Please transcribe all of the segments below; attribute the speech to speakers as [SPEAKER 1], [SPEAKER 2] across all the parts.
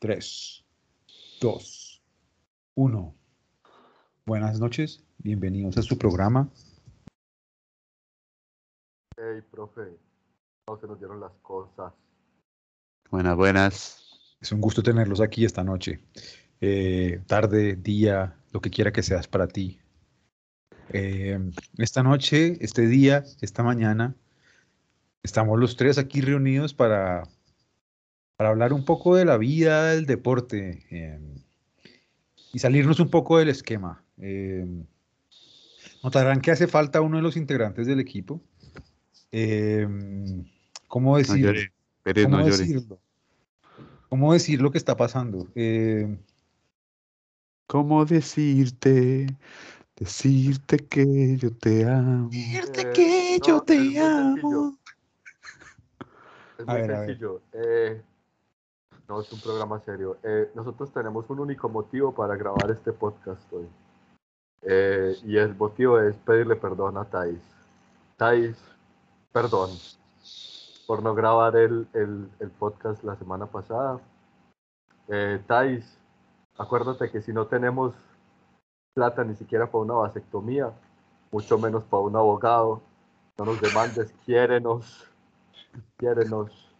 [SPEAKER 1] 3, 2, 1. Buenas noches, bienvenidos a su programa.
[SPEAKER 2] Hey, profe, no se nos dieron las cosas.
[SPEAKER 3] Buenas, buenas.
[SPEAKER 1] Es un gusto tenerlos aquí esta noche. Eh, tarde, día, lo que quiera que seas para ti. Eh, esta noche, este día, esta mañana, estamos los tres aquí reunidos para, para hablar un poco de la vida del deporte eh, y salirnos un poco del esquema. Eh, notarán que hace falta uno de los integrantes del equipo. Em, ¿Cómo decirlo?
[SPEAKER 3] No llore, Pérez,
[SPEAKER 1] ¿Cómo
[SPEAKER 3] no llore.
[SPEAKER 1] decirlo? ¿Cómo decir lo que está pasando? Eh,
[SPEAKER 3] ¿Cómo decirte? Decirte que yo te amo.
[SPEAKER 2] Eh,
[SPEAKER 3] que
[SPEAKER 2] no,
[SPEAKER 3] yo
[SPEAKER 2] es muy
[SPEAKER 3] te
[SPEAKER 2] sencillo.
[SPEAKER 3] amo.
[SPEAKER 2] Es
[SPEAKER 1] A
[SPEAKER 2] muy
[SPEAKER 1] ver, a ver.
[SPEAKER 2] sencillo. Eh, no es un programa serio. Eh, nosotros tenemos un único motivo para grabar este podcast hoy. Eh, y el motivo es pedirle perdón a Thais. Thais, perdón por no grabar el, el- el podcast la semana pasada. Eh, Thais, acuérdate que si no tenemos plata ni siquiera para una vasectomía, mucho menos para un abogado, no nos demandes, quiérenos, quiérenos.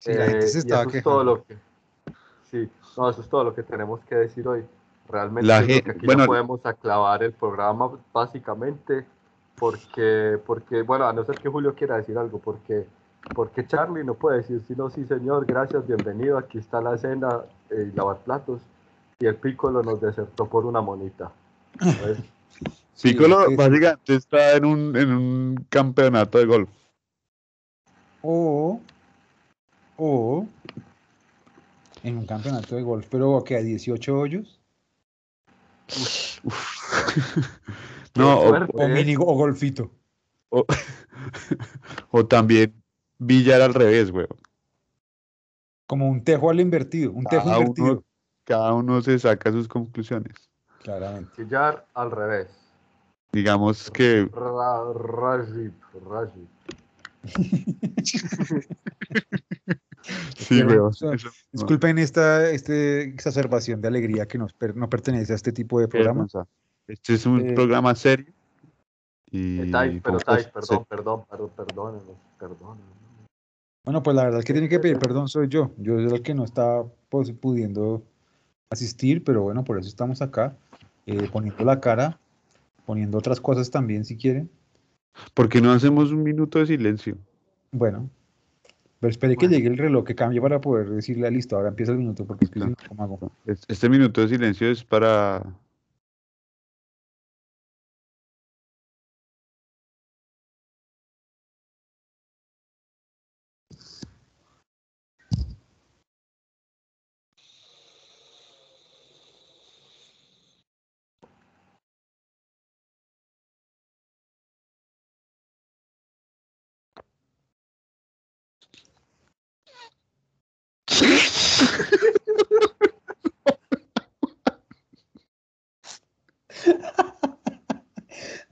[SPEAKER 1] sí, la gente
[SPEAKER 2] Eh,
[SPEAKER 1] se
[SPEAKER 2] y
[SPEAKER 1] estaba
[SPEAKER 2] eso es
[SPEAKER 1] quejando.
[SPEAKER 2] todo lo que sí no eso es todo lo que tenemos que decir hoy realmente
[SPEAKER 3] La
[SPEAKER 2] yo creo
[SPEAKER 3] gen-
[SPEAKER 2] que aquí
[SPEAKER 3] bueno-
[SPEAKER 2] no podemos aclavar el programa básicamente porque porque bueno a no ser que Julio quiera decir algo porque porque Charlie no puede decir sino sí señor gracias bienvenido aquí está la cena eh, y lavar platos y el Piccolo nos desertó por una monita ¿sabes?
[SPEAKER 1] Sí,
[SPEAKER 3] Piccolo
[SPEAKER 1] es-
[SPEAKER 3] básicamente está en un, en un campeonato de golf.
[SPEAKER 1] O, o en un campeonato de golf, pero que a 18 hoyos.
[SPEAKER 3] No,
[SPEAKER 2] Qué
[SPEAKER 3] o-
[SPEAKER 2] suerte.
[SPEAKER 1] O mini o golfito.
[SPEAKER 3] o también Villar al revés, güey.
[SPEAKER 1] Como un tejo al invertido. Un tejo
[SPEAKER 3] Cada
[SPEAKER 1] invertido.
[SPEAKER 3] Ah, uno, cada uno se saca sus conclusiones.
[SPEAKER 1] Claramente.
[SPEAKER 2] chillar al revés
[SPEAKER 3] Digamos que
[SPEAKER 2] Ra- Rajib Rajib
[SPEAKER 3] sí,
[SPEAKER 1] Pero,
[SPEAKER 3] güey.
[SPEAKER 1] o sea,
[SPEAKER 3] eso-
[SPEAKER 1] Disculpen esta, este exacerbación de alegría que nos per- no pertenece a este tipo de programa.
[SPEAKER 3] hermosa. Este es un
[SPEAKER 1] Eh,
[SPEAKER 3] programa serio. Y,
[SPEAKER 2] Eh, Thais, pero
[SPEAKER 3] como-
[SPEAKER 2] Thais, perdón, perdón, perdón, perdón, perdón.
[SPEAKER 1] Bueno, pues la verdad es que tiene que pedir perdón soy yo. Yo soy el que no está pues, pudiendo asistir, pero bueno, por eso estamos acá, eh, poniendo la cara, poniendo otras cosas también si quieren.
[SPEAKER 3] ¿Por qué no hacemos un minuto de silencio?
[SPEAKER 1] Bueno, pero espere que
[SPEAKER 2] Bueno.
[SPEAKER 1] llegue el reloj que cambie para poder decirle, "Ah, listo, ahora empieza el minuto, porque es que si no, ¿cómo hago?
[SPEAKER 3] Es- Este minuto de silencio es para.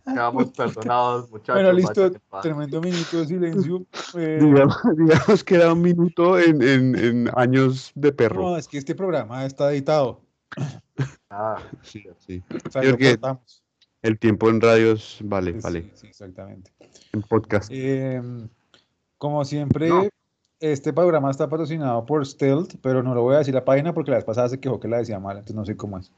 [SPEAKER 2] Quedamos perdonados, muchachos.
[SPEAKER 1] Bueno, listo,
[SPEAKER 2] vayan en paz.
[SPEAKER 1] tremendo minuto de silencio. eh,
[SPEAKER 3] Digamos, digamos que era un minuto en, en- en años de perro.
[SPEAKER 1] no, es que este programa está editado.
[SPEAKER 2] Ah,
[SPEAKER 3] Sí, sí.
[SPEAKER 1] O sea,
[SPEAKER 3] Yo
[SPEAKER 1] lo
[SPEAKER 3] creo que-
[SPEAKER 1] cortamos.
[SPEAKER 3] El tiempo en radios, vale,
[SPEAKER 1] Sí,
[SPEAKER 3] vale.
[SPEAKER 1] sí, exactamente.
[SPEAKER 3] En podcast.
[SPEAKER 1] Eh, como siempre,
[SPEAKER 3] No.
[SPEAKER 1] este programa está patrocinado por Stealth, pero no lo voy a decir la página porque la vez pasada se quejó que la decía mal, entonces no sé cómo es.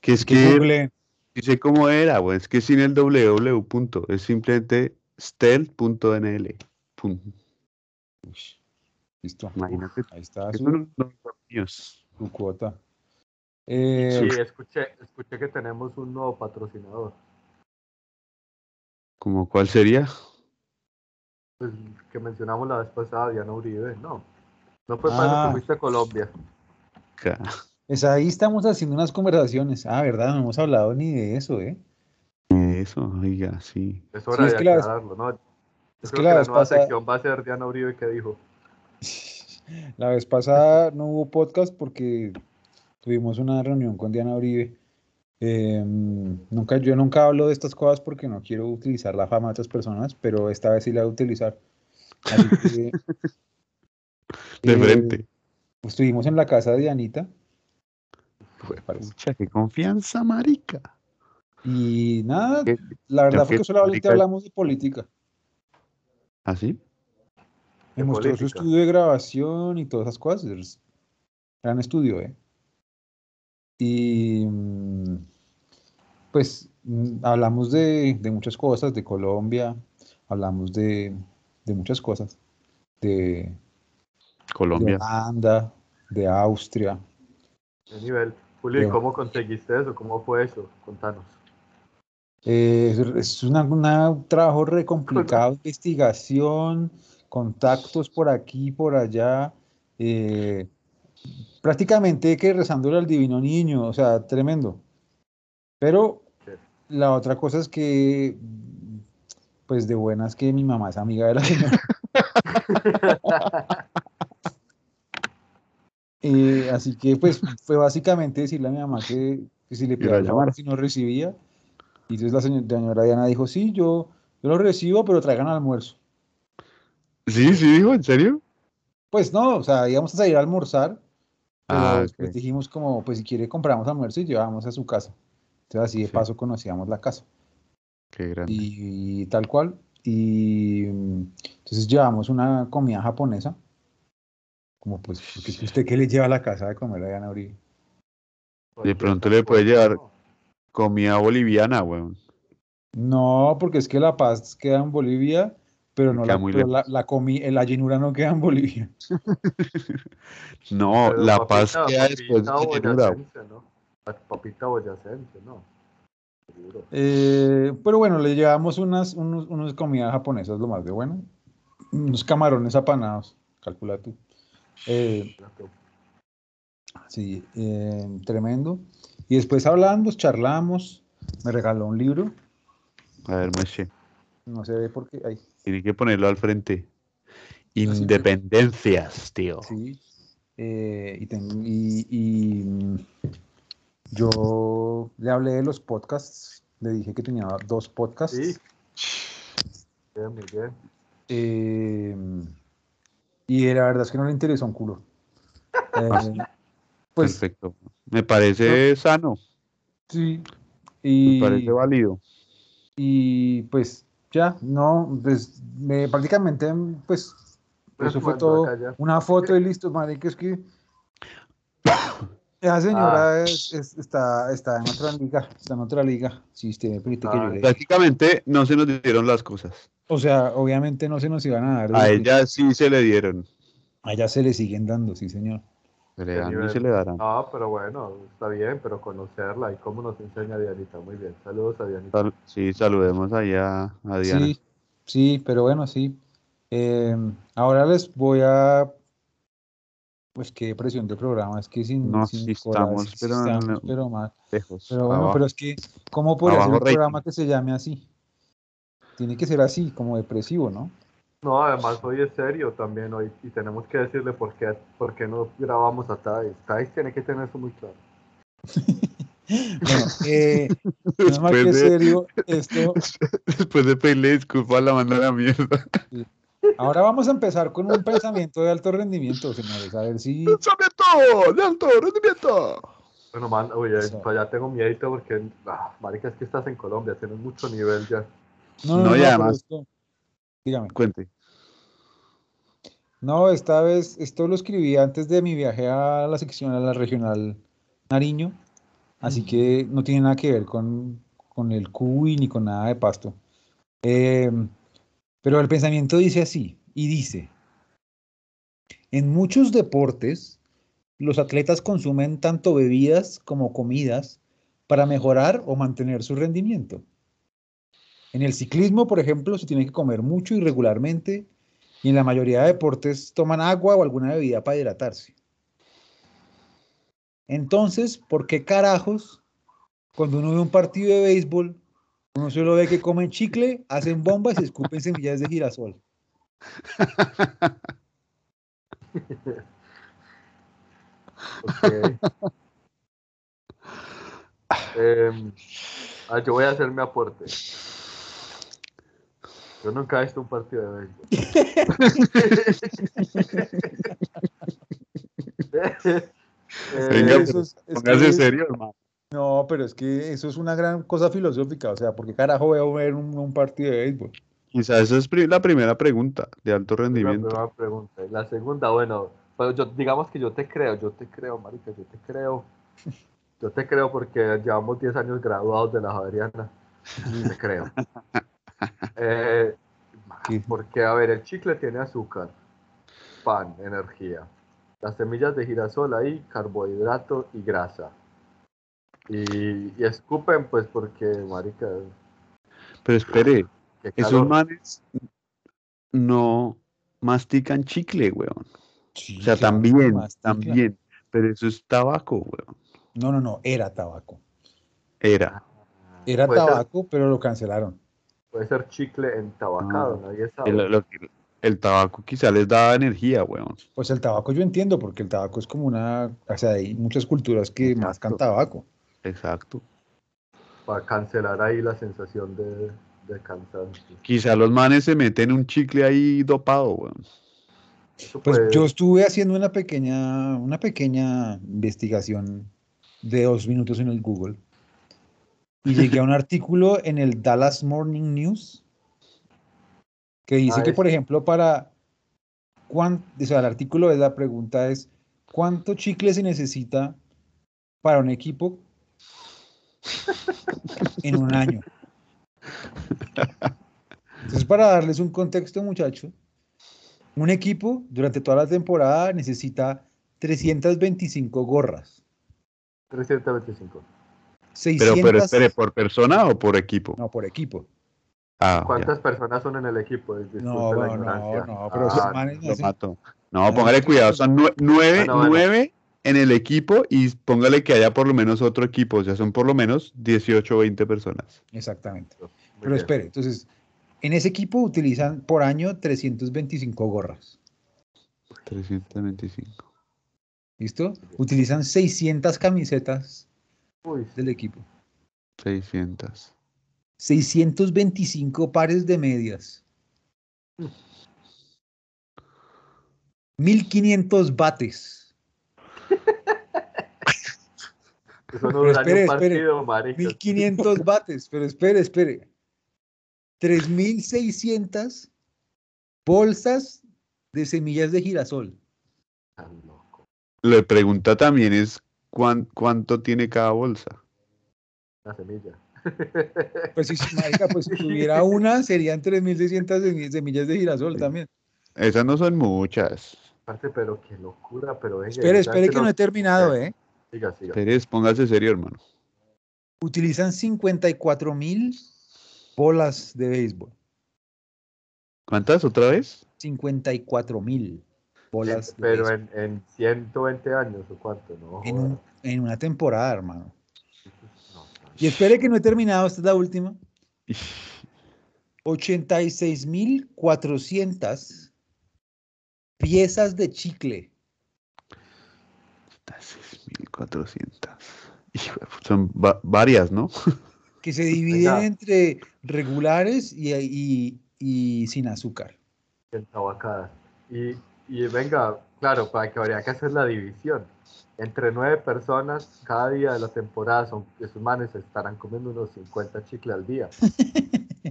[SPEAKER 3] Que es
[SPEAKER 1] Que
[SPEAKER 3] que
[SPEAKER 1] googleen.
[SPEAKER 3] dice cómo era, güey. Es que sin el ww punto. Es simplemente stealth.nl. Pum.
[SPEAKER 1] Ush, listo.
[SPEAKER 3] Imagínate.
[SPEAKER 1] Ahí está
[SPEAKER 3] Esos
[SPEAKER 1] su,
[SPEAKER 3] son los míos.
[SPEAKER 1] su cuota. Eh,
[SPEAKER 2] sí, escuché, escuché que tenemos un nuevo patrocinador.
[SPEAKER 3] ¿Cómo cuál sería?
[SPEAKER 2] Pues, que mencionamos la vez pasada, Diana Uribe. No, no fue
[SPEAKER 1] Ah.
[SPEAKER 2] para que fuiste a Colombia.
[SPEAKER 3] Ca-
[SPEAKER 1] pues ahí estamos haciendo unas conversaciones. Ah, ¿verdad? No hemos hablado ni de eso, ¿eh?
[SPEAKER 3] Eso, oiga, sí.
[SPEAKER 2] Es hora
[SPEAKER 1] es
[SPEAKER 2] de
[SPEAKER 1] que la vez-
[SPEAKER 2] aclararlo, ¿no? Yo
[SPEAKER 1] Es
[SPEAKER 2] creo
[SPEAKER 1] que la
[SPEAKER 2] la
[SPEAKER 1] vez
[SPEAKER 2] nueva
[SPEAKER 1] pasada,
[SPEAKER 2] sección va a ser Diana Uribe que dijo.
[SPEAKER 1] la vez pasada no hubo podcast porque tuvimos una reunión con Diana Uribe Eh, nunca, yo nunca hablo de estas cosas porque no quiero utilizar la fama de otras personas, pero esta vez sí la voy a utilizar. Así que,
[SPEAKER 3] De
[SPEAKER 1] eh,
[SPEAKER 3] frente.
[SPEAKER 1] pues, estuvimos en la casa de Anita
[SPEAKER 3] Fue
[SPEAKER 1] parece.
[SPEAKER 3] pucha, qué confianza, marica.
[SPEAKER 1] y nada,
[SPEAKER 3] ¿Qué?
[SPEAKER 1] la verdad
[SPEAKER 3] Creo
[SPEAKER 1] fue
[SPEAKER 3] que
[SPEAKER 1] que solamente
[SPEAKER 3] ahorita-
[SPEAKER 1] hablamos de política.
[SPEAKER 3] ¿Así?
[SPEAKER 1] Me
[SPEAKER 2] De
[SPEAKER 1] mostró su
[SPEAKER 2] política.
[SPEAKER 1] estudio de grabación y todas esas cosas. es Gran estudio, ¿eh? Y mm, pues mm, hablamos de, de muchas cosas, de Colombia, hablamos de, de muchas cosas, de, de
[SPEAKER 3] Colombia.
[SPEAKER 1] Holanda, de Austria.
[SPEAKER 2] ¿Qué nivel? Julio, ¿y
[SPEAKER 1] Yo.
[SPEAKER 2] ¿cómo conseguiste eso? ¿Cómo fue eso? Contanos.
[SPEAKER 1] Eh, es- es una- una- un trabajo re complicado, investigación, contactos por aquí, por allá, eh, prácticamente que rezándole al divino niño, o sea, tremendo. Pero
[SPEAKER 2] Sí.
[SPEAKER 1] la otra cosa es que, pues de buenas que mi mamá es amiga de la señora. Eh, así que pues fue básicamente decirle a mi mamá que, que si le
[SPEAKER 3] la
[SPEAKER 1] pedía el favor,
[SPEAKER 3] llamara.
[SPEAKER 1] si no recibía. Y entonces la señora, la señora Diana dijo, sí, yo, yo lo recibo, pero traigan almuerzo.
[SPEAKER 3] Sí, sí, dijo, ¿en serio?
[SPEAKER 1] Pues no, o sea, íbamos a salir a almorzar, pero
[SPEAKER 3] Ah,
[SPEAKER 1] después
[SPEAKER 3] ok.
[SPEAKER 1] dijimos como, pues si quiere compramos almuerzo y llevamos a su casa. Entonces así de
[SPEAKER 3] Sí.
[SPEAKER 1] paso conocíamos la casa.
[SPEAKER 3] Qué grande.
[SPEAKER 1] y tal cual. Y mm, entonces llevamos una comida japonesa. Como pues, porque es que ¿usted qué le lleva a la casa de comer a Diana Uribe?
[SPEAKER 2] Cualquier
[SPEAKER 3] pronto le puede
[SPEAKER 2] cosa,
[SPEAKER 3] llevar-
[SPEAKER 2] ¿no?
[SPEAKER 3] Comida boliviana, weón.
[SPEAKER 1] No, porque es que La Paz queda en Bolivia, pero no
[SPEAKER 3] Queda
[SPEAKER 1] la,
[SPEAKER 3] muy
[SPEAKER 1] pero la, la comi- la llanura no queda en Bolivia.
[SPEAKER 3] No,
[SPEAKER 2] Pero
[SPEAKER 3] La
[SPEAKER 2] papita-
[SPEAKER 3] Paz queda después de
[SPEAKER 2] papita
[SPEAKER 3] la llanura, weón.
[SPEAKER 2] boyacense, ¿no? Pa- Papita boyacense, ¿no? Seguro.
[SPEAKER 1] Eh, pero bueno, le llevamos unas, unos, unas comidas japonesas, lo más de bueno. Unos camarones apanados, calcula tú. Eh, Sí, eh, tremendo. Y después hablamos, charlamos, me regaló un libro,
[SPEAKER 3] A ver, Meche,
[SPEAKER 1] no se ve por qué, ay,
[SPEAKER 3] tiene que ponerlo al frente. Independencias, tío.
[SPEAKER 1] sí. Eh, y, ten- y- y, mm, yo le hablé de los podcasts, le dije que tenía dos podcasts.
[SPEAKER 2] Sí. Bien, muy bien.
[SPEAKER 1] Eh, y la verdad es que no le interesó un culo. Eh, pues
[SPEAKER 3] Perfecto. Me parece sano,
[SPEAKER 1] sí.
[SPEAKER 3] me
[SPEAKER 1] Y,
[SPEAKER 3] parece válido.
[SPEAKER 1] y pues ya, no, pues me, prácticamente pues
[SPEAKER 2] Pues,
[SPEAKER 1] eso fue
[SPEAKER 2] mandó
[SPEAKER 1] todo,
[SPEAKER 2] acá ya.
[SPEAKER 1] una foto y listo, marica, es que esa
[SPEAKER 2] Ah.
[SPEAKER 1] señora es- es- está, está en otra liga, está en otra liga, si usted me permite que yo
[SPEAKER 2] Ah,
[SPEAKER 1] le-
[SPEAKER 3] Prácticamente no se nos dieron las cosas.
[SPEAKER 1] O sea, obviamente no se nos iban a dar,
[SPEAKER 3] A
[SPEAKER 1] desde-
[SPEAKER 3] ella sí se le dieron.
[SPEAKER 1] a ella se le siguen dando, sí señor.
[SPEAKER 3] Se le
[SPEAKER 2] Qué
[SPEAKER 3] dan y
[SPEAKER 2] nivel.
[SPEAKER 3] se le darán.
[SPEAKER 2] Ah, pero bueno, está bien, pero conocerla y cómo nos enseña Dianita. Muy bien. Saludos a Dianita.
[SPEAKER 3] Sal- sí, saludemos allá a Diana.
[SPEAKER 1] Sí, sí, pero bueno, sí. Eh, ahora les voy a... Pues qué presión de programa, es que sin,
[SPEAKER 3] No,
[SPEAKER 1] sin
[SPEAKER 3] sí
[SPEAKER 1] Nicolás,
[SPEAKER 3] estamos,
[SPEAKER 1] sí
[SPEAKER 3] pero no-
[SPEAKER 1] estamos, pero mal.
[SPEAKER 3] Lejos,
[SPEAKER 1] Pero bueno,
[SPEAKER 3] abajo.
[SPEAKER 1] pero es que, ¿cómo podría ser
[SPEAKER 3] Abajo
[SPEAKER 1] un
[SPEAKER 3] rating.
[SPEAKER 1] programa que se llame así? Tiene que ser así, como depresivo, ¿no?
[SPEAKER 2] No, además hoy es serio también hoy y tenemos que decirle por qué, por qué no grabamos a Thais. Thais tiene que tener eso muy claro.
[SPEAKER 1] Bueno, eh, menos mal que
[SPEAKER 3] Después
[SPEAKER 1] es
[SPEAKER 3] de-
[SPEAKER 1] serio esto.
[SPEAKER 3] Después de pedirle disculpas, la mandó a la mierda.
[SPEAKER 1] Ahora vamos a empezar con un pensamiento de alto rendimiento, señores. A ver si.
[SPEAKER 3] ¡Lanzamiento! ¡De alto rendimiento!
[SPEAKER 2] Bueno, man, oye,
[SPEAKER 1] Sí.
[SPEAKER 2] pues ya tengo miedito porque, ah, marica, es que estás en Colombia, tienes mucho nivel ya.
[SPEAKER 1] No,
[SPEAKER 3] No, y
[SPEAKER 1] pero
[SPEAKER 3] además-
[SPEAKER 1] esto- Dígame.
[SPEAKER 3] Cuente.
[SPEAKER 1] No, esta vez, esto lo escribí antes de mi viaje a la sección, a la regional Nariño. Así que no tiene nada que ver con, con el cuy ni con nada de pasto. Eh, pero el pensamiento dice así, y dice, en muchos deportes, los atletas consumen tanto bebidas como comidas para mejorar o mantener su rendimiento. En el ciclismo, por ejemplo, se tiene que comer mucho y regularmente, y en la mayoría de deportes toman agua o alguna bebida para hidratarse. Entonces, ¿por qué carajos, cuando uno ve un partido de béisbol, uno solo ve que comen chicle, hacen bombas y escupen semillas de girasol?
[SPEAKER 2] Ok. Em, ah, yo voy a hacer mi aporte. Yo nunca he visto un partido de béisbol. Eh,
[SPEAKER 3] Venga,
[SPEAKER 2] eh,
[SPEAKER 3] pero
[SPEAKER 1] es- es
[SPEAKER 3] Póngase
[SPEAKER 1] que es-
[SPEAKER 3] serio, hermano.
[SPEAKER 1] No, pero es que eso es una gran cosa filosófica. O sea, ¿por qué carajo voy a ver un, un partido de béisbol?
[SPEAKER 3] Quizás esa es pri- la primera pregunta de alto
[SPEAKER 2] la
[SPEAKER 3] rendimiento.
[SPEAKER 2] primera pregunta. Y La segunda, bueno, pero yo, digamos que yo te creo, yo te creo, marica, yo te creo. Yo te creo porque llevamos 10 años graduados de la Javeriana. Te creo. Eh,
[SPEAKER 1] ¿Qué?
[SPEAKER 2] porque, a ver, el chicle tiene azúcar, pan, energía. Las semillas de girasol ahí, carbohidrato y grasa. Y, y escupen, pues, porque, marica,
[SPEAKER 3] Pero espere,
[SPEAKER 2] qué
[SPEAKER 3] esos
[SPEAKER 2] calor.
[SPEAKER 3] manes no mastican chicle, weón.
[SPEAKER 1] Sí,
[SPEAKER 3] O sea,
[SPEAKER 1] claro,
[SPEAKER 3] también,
[SPEAKER 1] mastica.
[SPEAKER 3] también. Pero eso es tabaco, weón.
[SPEAKER 1] No, no, no, era tabaco.
[SPEAKER 3] Era. Ah,
[SPEAKER 1] Era
[SPEAKER 3] pues,
[SPEAKER 2] Puede ser-
[SPEAKER 1] tabaco, pero lo cancelaron.
[SPEAKER 2] Puede ser chicle entabacado,
[SPEAKER 1] Ah,
[SPEAKER 2] nadie sabe.
[SPEAKER 3] El, lo que- el tabaco quizás les daba energía, weón.
[SPEAKER 1] Pues el tabaco yo entiendo, porque el tabaco es como una. O sea, hay muchas culturas que
[SPEAKER 3] Exacto.
[SPEAKER 1] mascan tabaco.
[SPEAKER 3] Exacto.
[SPEAKER 2] para cancelar ahí la sensación de, de cansancio.
[SPEAKER 3] Quizás los manes se meten un chicle ahí dopado, weón.
[SPEAKER 2] Eso
[SPEAKER 1] Pues
[SPEAKER 2] puede-
[SPEAKER 1] yo estuve haciendo una pequeña, una pequeña investigación de dos minutos en el Google y llegué a un artículo en el Dallas Morning News que dice
[SPEAKER 2] Ah,
[SPEAKER 1] que,
[SPEAKER 2] es-
[SPEAKER 1] por ejemplo, para cuán- o sea, el artículo es la pregunta es ¿cuánto chicle se necesita para un equipo en un año? Entonces, para darles un contexto, muchachos, un equipo durante toda la temporada necesita 325 gorras.
[SPEAKER 2] 325.
[SPEAKER 1] 600,
[SPEAKER 3] Pero, pero espere, ¿por persona o por equipo?
[SPEAKER 1] No, por equipo.
[SPEAKER 3] Ah, ya,
[SPEAKER 2] ¿Cuántas personas son en el equipo? Disculpe
[SPEAKER 1] No,
[SPEAKER 2] la
[SPEAKER 1] no,
[SPEAKER 2] ignorancia.
[SPEAKER 1] no, no, pero
[SPEAKER 2] Ah,
[SPEAKER 1] esos manes no
[SPEAKER 3] lo
[SPEAKER 1] hacen-
[SPEAKER 3] mató. No, póngale cuidado, son nue- nueve,
[SPEAKER 2] Bueno, bueno.
[SPEAKER 3] nueve en el equipo y póngale que haya por lo menos otro equipo, o sea, son por lo menos 18 o 20 personas.
[SPEAKER 1] Exactamente.
[SPEAKER 2] muy
[SPEAKER 1] Pero
[SPEAKER 2] bien.
[SPEAKER 1] espere, entonces, en ese equipo utilizan por año 325 gorras.
[SPEAKER 3] 325.
[SPEAKER 1] ¿Listo? Utilizan 600 camisetas
[SPEAKER 2] Uy, sí,
[SPEAKER 1] del equipo.
[SPEAKER 3] 600.
[SPEAKER 1] 625 pares de medias. 1500 bates.
[SPEAKER 2] eso no
[SPEAKER 1] Pero
[SPEAKER 2] dura ni
[SPEAKER 1] espere,
[SPEAKER 2] un
[SPEAKER 1] espere.
[SPEAKER 2] partido, marica.
[SPEAKER 1] 1500 bates, pero espere, espere. 3600 bolsas de semillas de girasol.
[SPEAKER 2] Tan loco.
[SPEAKER 3] La pregunta también es cuán- cuánto tiene cada bolsa.
[SPEAKER 2] La semilla.
[SPEAKER 1] Pues si, marica, pues si tuviera una, serían 3600 semi- semillas de girasol también.
[SPEAKER 3] Esas no son muchas.
[SPEAKER 2] Aparte, pero qué locura, pero venga.
[SPEAKER 1] Espere,
[SPEAKER 2] esa
[SPEAKER 1] espere
[SPEAKER 2] gente
[SPEAKER 1] que no he terminado, ¿eh?
[SPEAKER 2] Siga, siga.
[SPEAKER 3] Pérez, póngase serio, hermano.
[SPEAKER 1] Utilizan 54 mil bolas de béisbol.
[SPEAKER 3] ¿Cuántas otra vez?
[SPEAKER 1] 54 mil bolas de
[SPEAKER 2] Eh, Pero
[SPEAKER 1] béisbol.
[SPEAKER 2] en, en 120 años o cuánto, no.
[SPEAKER 1] En,
[SPEAKER 2] joda.
[SPEAKER 1] un- en una temporada, hermano.
[SPEAKER 2] No,
[SPEAKER 1] Y espere que no he terminado, esta es la última.
[SPEAKER 3] Ish,
[SPEAKER 1] 86.400 piezas de chicle.
[SPEAKER 3] estas 6.400. Hijo de puta, Son va- varias, ¿no?
[SPEAKER 1] que se dividen
[SPEAKER 2] Venga.
[SPEAKER 1] entre regulares y, y- y sin azúcar.
[SPEAKER 2] en tabacadas. Y, y venga, claro, para que habría que hacer la división. Entre nueve personas cada día de la temporada, son, esos manes estarán comiendo unos 50 chicles al día.
[SPEAKER 1] O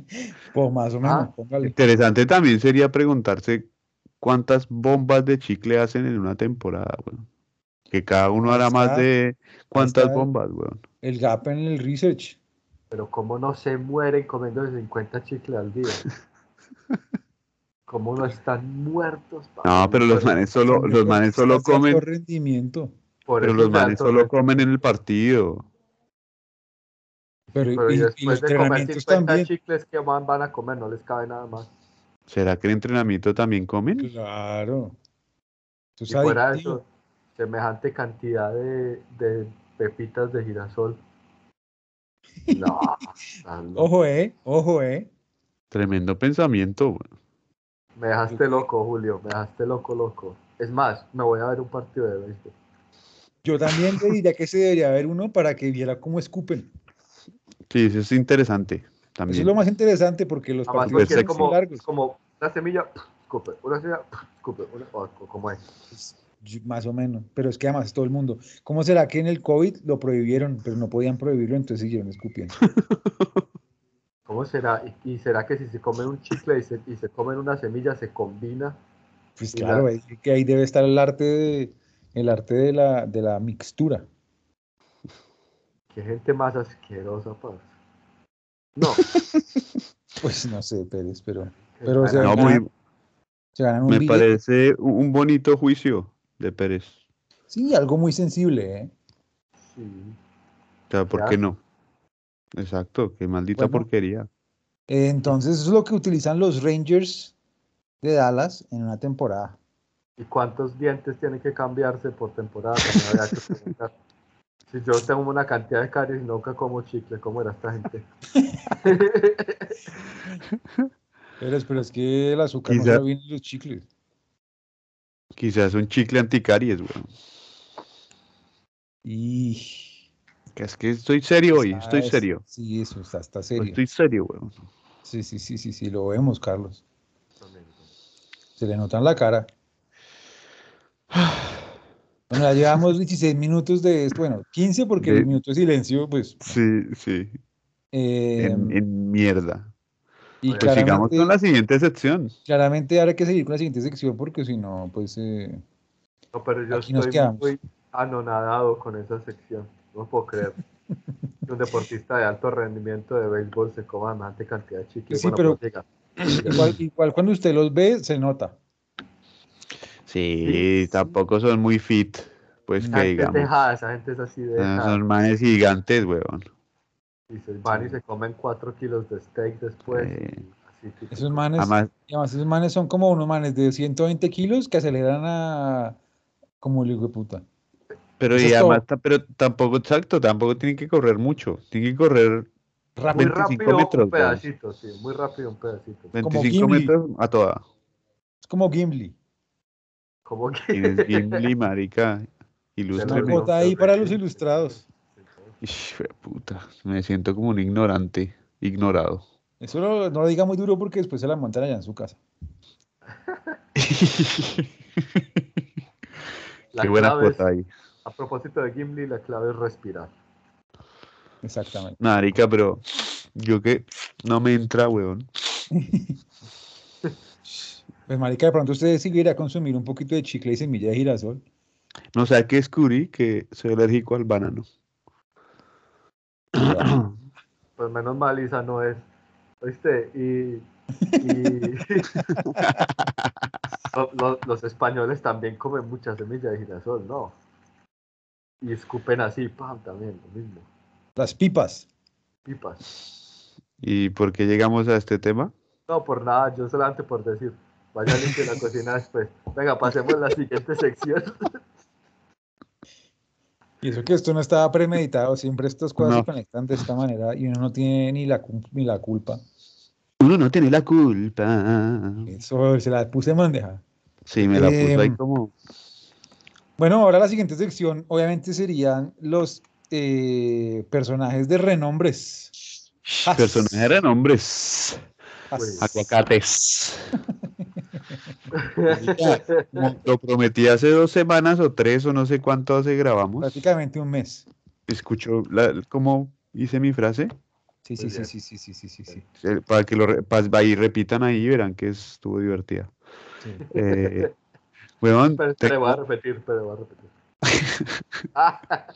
[SPEAKER 1] Pues más o menos,
[SPEAKER 2] Ah,
[SPEAKER 1] póngale.
[SPEAKER 3] Interesante también sería preguntarse cuántas bombas de chicle hacen en una temporada, weón. Que cada uno
[SPEAKER 1] Ahí
[SPEAKER 3] hará más
[SPEAKER 1] está,
[SPEAKER 3] de cuántas
[SPEAKER 1] está.
[SPEAKER 3] bombas, weón.
[SPEAKER 1] El gap en el research.
[SPEAKER 2] Pero cómo no se mueren comiendo 50 chicles al día. Cómo no están muertos.
[SPEAKER 3] No, pero los manes solo,
[SPEAKER 1] Son
[SPEAKER 3] los manes solo
[SPEAKER 1] deportistas de alto
[SPEAKER 3] comen,
[SPEAKER 1] rendimiento.
[SPEAKER 2] Por
[SPEAKER 3] pero
[SPEAKER 2] eso
[SPEAKER 3] los
[SPEAKER 2] te dan
[SPEAKER 3] manes
[SPEAKER 2] todo
[SPEAKER 3] solo
[SPEAKER 2] esto.
[SPEAKER 3] comen en el partido.
[SPEAKER 1] Pero,
[SPEAKER 2] Pero
[SPEAKER 1] y, y los
[SPEAKER 2] después de comer
[SPEAKER 1] entrenamientos
[SPEAKER 2] 50
[SPEAKER 1] también.
[SPEAKER 2] chicles que van, van a comer, no les cabe nada más.
[SPEAKER 3] ¿Será que el entrenamiento también comen?
[SPEAKER 1] Claro. Eso es
[SPEAKER 2] Y fuera de
[SPEAKER 1] adictivo.
[SPEAKER 2] eso, semejante cantidad de, de pepitas de girasol. No, tan loco.
[SPEAKER 1] Ojo, eh, ojo, eh.
[SPEAKER 3] Tremendo pensamiento, weón.
[SPEAKER 2] me dejaste loco, Julio, me dejaste loco, loco. Es más, me voy a ver un partido de béisbol.
[SPEAKER 1] Yo también le diría que se debería ver uno para que viera cómo escupen.
[SPEAKER 3] Sí, eso es interesante
[SPEAKER 1] Eso
[SPEAKER 3] también.
[SPEAKER 1] es lo más interesante porque los
[SPEAKER 2] Además,
[SPEAKER 1] partidos
[SPEAKER 3] porque
[SPEAKER 2] es
[SPEAKER 1] son
[SPEAKER 3] sexy.
[SPEAKER 2] como,
[SPEAKER 1] largos.
[SPEAKER 2] como una semilla, escupe, una semilla, escupe, una, o- o como es.
[SPEAKER 1] Pues, Yo- Más o menos, pero es que además todo el mundo. ¿Cómo será que en el COVID lo prohibieron, pero no podían prohibirlo, entonces siguieron escupiendo?
[SPEAKER 2] ¿Cómo será? ¿Y, y será que si se comen un chicle y se, y se comen una semilla, se combina?
[SPEAKER 1] Pues
[SPEAKER 2] Y la-
[SPEAKER 1] claro, ahí- que ahí debe estar el arte de, el arte de la, de la mixtura.
[SPEAKER 2] Qué gente más asquerosa, parce. No.
[SPEAKER 1] Pues no sé, Pérez, pero Pero, o sea,
[SPEAKER 3] No,
[SPEAKER 2] Carajo.
[SPEAKER 3] muy-
[SPEAKER 1] se ganan un
[SPEAKER 3] me
[SPEAKER 1] billete.
[SPEAKER 3] parece un bonito juicio de Pérez.
[SPEAKER 1] Sí, algo muy sensible, ¿eh?
[SPEAKER 2] Sí.
[SPEAKER 3] O sea, ¿por
[SPEAKER 2] Ya.
[SPEAKER 3] qué no? Exacto, qué maldita
[SPEAKER 1] Bueno.
[SPEAKER 3] porquería.
[SPEAKER 1] Eh, Entonces, eso es lo que utilizan los Rangers de Dallas en una temporada.
[SPEAKER 2] ¿Y cuántos dientes tienen que cambiarse por temporada? También había que preguntar. si yo tengo una cantidad de caries y nunca como chicle, ¿cómo era esta gente?
[SPEAKER 1] Pérez, pero es que el azúcar
[SPEAKER 3] Quizá-
[SPEAKER 1] no se lo viene en los chicles.
[SPEAKER 3] Quizás un chicle anticaries, weón.
[SPEAKER 1] Y...
[SPEAKER 3] Que es que estoy serio hoy,
[SPEAKER 1] está-
[SPEAKER 3] estoy
[SPEAKER 1] es-
[SPEAKER 3] serio. Pues
[SPEAKER 1] Sí, eso está, está serio.
[SPEAKER 3] Estoy serio, weón.
[SPEAKER 1] Sí, sí, sí, sí, sí, lo vemos, Carlos. Se le nota en la cara. Bueno, ya llevamos 16 minutos de esto, bueno, 15 porque
[SPEAKER 3] De-
[SPEAKER 1] el minuto de silencio, pues...
[SPEAKER 3] Sí, sí.
[SPEAKER 1] eh,
[SPEAKER 3] En, en mierda.
[SPEAKER 1] y
[SPEAKER 2] Pues
[SPEAKER 3] Em, Pues sigamos
[SPEAKER 1] claramente-
[SPEAKER 3] con la siguiente sección.
[SPEAKER 1] Claramente ahora hay que seguir con la siguiente sección porque si no, pues... eh,
[SPEAKER 2] No, pero yo
[SPEAKER 1] Aquí nos
[SPEAKER 2] estoy
[SPEAKER 1] quedamos.
[SPEAKER 2] muy anonadado con esa sección. No puedo creer que un deportista de alto rendimiento de béisbol se coma semejante cantidad de chicle.
[SPEAKER 1] Sí, pero-
[SPEAKER 2] pues, diga,
[SPEAKER 1] igual, igual cuando usted los ve, se nota.
[SPEAKER 3] Sí,
[SPEAKER 2] Sí.
[SPEAKER 3] tampoco son muy fit, pues
[SPEAKER 1] No,
[SPEAKER 2] esa gente
[SPEAKER 3] que
[SPEAKER 2] es
[SPEAKER 3] digamos.
[SPEAKER 2] dejada, esa gente es así de
[SPEAKER 3] Ah,
[SPEAKER 2] dejada.
[SPEAKER 3] Son manes gigantes, weón.
[SPEAKER 2] Y se van y se comen cuatro kilos de steak después.
[SPEAKER 3] Eh,
[SPEAKER 2] y así, tipo,
[SPEAKER 1] Esos manes,
[SPEAKER 3] Además,
[SPEAKER 1] y además esos manes son como unos manes de 120 kilos que aceleran a... como el hijo de puta.
[SPEAKER 3] pero
[SPEAKER 1] eso
[SPEAKER 3] y
[SPEAKER 1] es
[SPEAKER 3] además, ta- pero tampoco exacto, tampoco tienen que correr mucho. Tienen que correr
[SPEAKER 2] Muy
[SPEAKER 1] Rápido.
[SPEAKER 3] 25
[SPEAKER 2] rápido
[SPEAKER 3] metros,
[SPEAKER 2] un pedacito, sí, muy rápido un pedacito.
[SPEAKER 3] 25
[SPEAKER 1] Gimli.
[SPEAKER 3] metros a toda.
[SPEAKER 1] Es como Gimli.
[SPEAKER 2] Como que
[SPEAKER 3] Tienes Gimli, marica.
[SPEAKER 1] Una
[SPEAKER 3] Ilústreme.
[SPEAKER 2] Perdón.
[SPEAKER 1] cuota ahí para los ilustrados.
[SPEAKER 3] Ish, fue puta. Me siento como un ignorante, ignorado.
[SPEAKER 1] Eso lo- no lo diga muy duro porque después se la montan allá en su casa.
[SPEAKER 2] la
[SPEAKER 3] Qué buena
[SPEAKER 2] clave es-
[SPEAKER 3] cuota ahí.
[SPEAKER 2] a propósito de Gimli, la clave es respirar.
[SPEAKER 1] Exactamente.
[SPEAKER 3] Marica, pero yo que no me entra, weón.
[SPEAKER 1] Pues marica, de pronto usted decidirá consumir un poquito de chicle y semilla de girasol.
[SPEAKER 3] No sé qué descubrí que soy alérgico al banano.
[SPEAKER 2] Pues menos mal, Isa no es. ¿Oíste? Y. y- Lo- lo- los españoles también comen mucha semilla de girasol, ¿no? Y escupen así, pam, también, lo mismo.
[SPEAKER 1] Las pipas.
[SPEAKER 2] Pipas.
[SPEAKER 3] ¿Y por qué llegamos a este tema?
[SPEAKER 2] No, por nada, yo solamente por decir. Vaya limpio la cocina después. Venga, pasemos a la siguiente sección.
[SPEAKER 1] Y eso que esto no estaba premeditado, siempre estas cosas se
[SPEAKER 3] No.
[SPEAKER 1] conectan de esta manera y uno no tiene ni la, cul- ni la culpa.
[SPEAKER 3] Uno no tiene la culpa.
[SPEAKER 1] Eso se la puse en bandeja.
[SPEAKER 3] Sí, me la puso ahí
[SPEAKER 1] Em,
[SPEAKER 3] como.
[SPEAKER 1] Bueno, ahora la siguiente sección obviamente serían los eh, personajes de renombres. as.
[SPEAKER 3] Personajes de renombres. Pues.
[SPEAKER 1] As.
[SPEAKER 3] Aguacates. Como Lo prometí hace dos semanas o tres o no sé cuánto hace grabamos.
[SPEAKER 1] Prácticamente un mes.
[SPEAKER 3] Escuchó la- cómo hice mi frase.
[SPEAKER 1] Sí, sí,
[SPEAKER 2] Muy
[SPEAKER 1] sí,
[SPEAKER 2] bien.
[SPEAKER 1] sí, sí, sí, sí, sí, sí.
[SPEAKER 3] Eh, Para que lo re- pa- ahí repitan ahí y verán que estuvo divertida.
[SPEAKER 1] Sí.
[SPEAKER 3] Eh, weón,
[SPEAKER 2] Pero,
[SPEAKER 3] te-
[SPEAKER 2] pero voy a repetir, pero voy a repetir. Ah,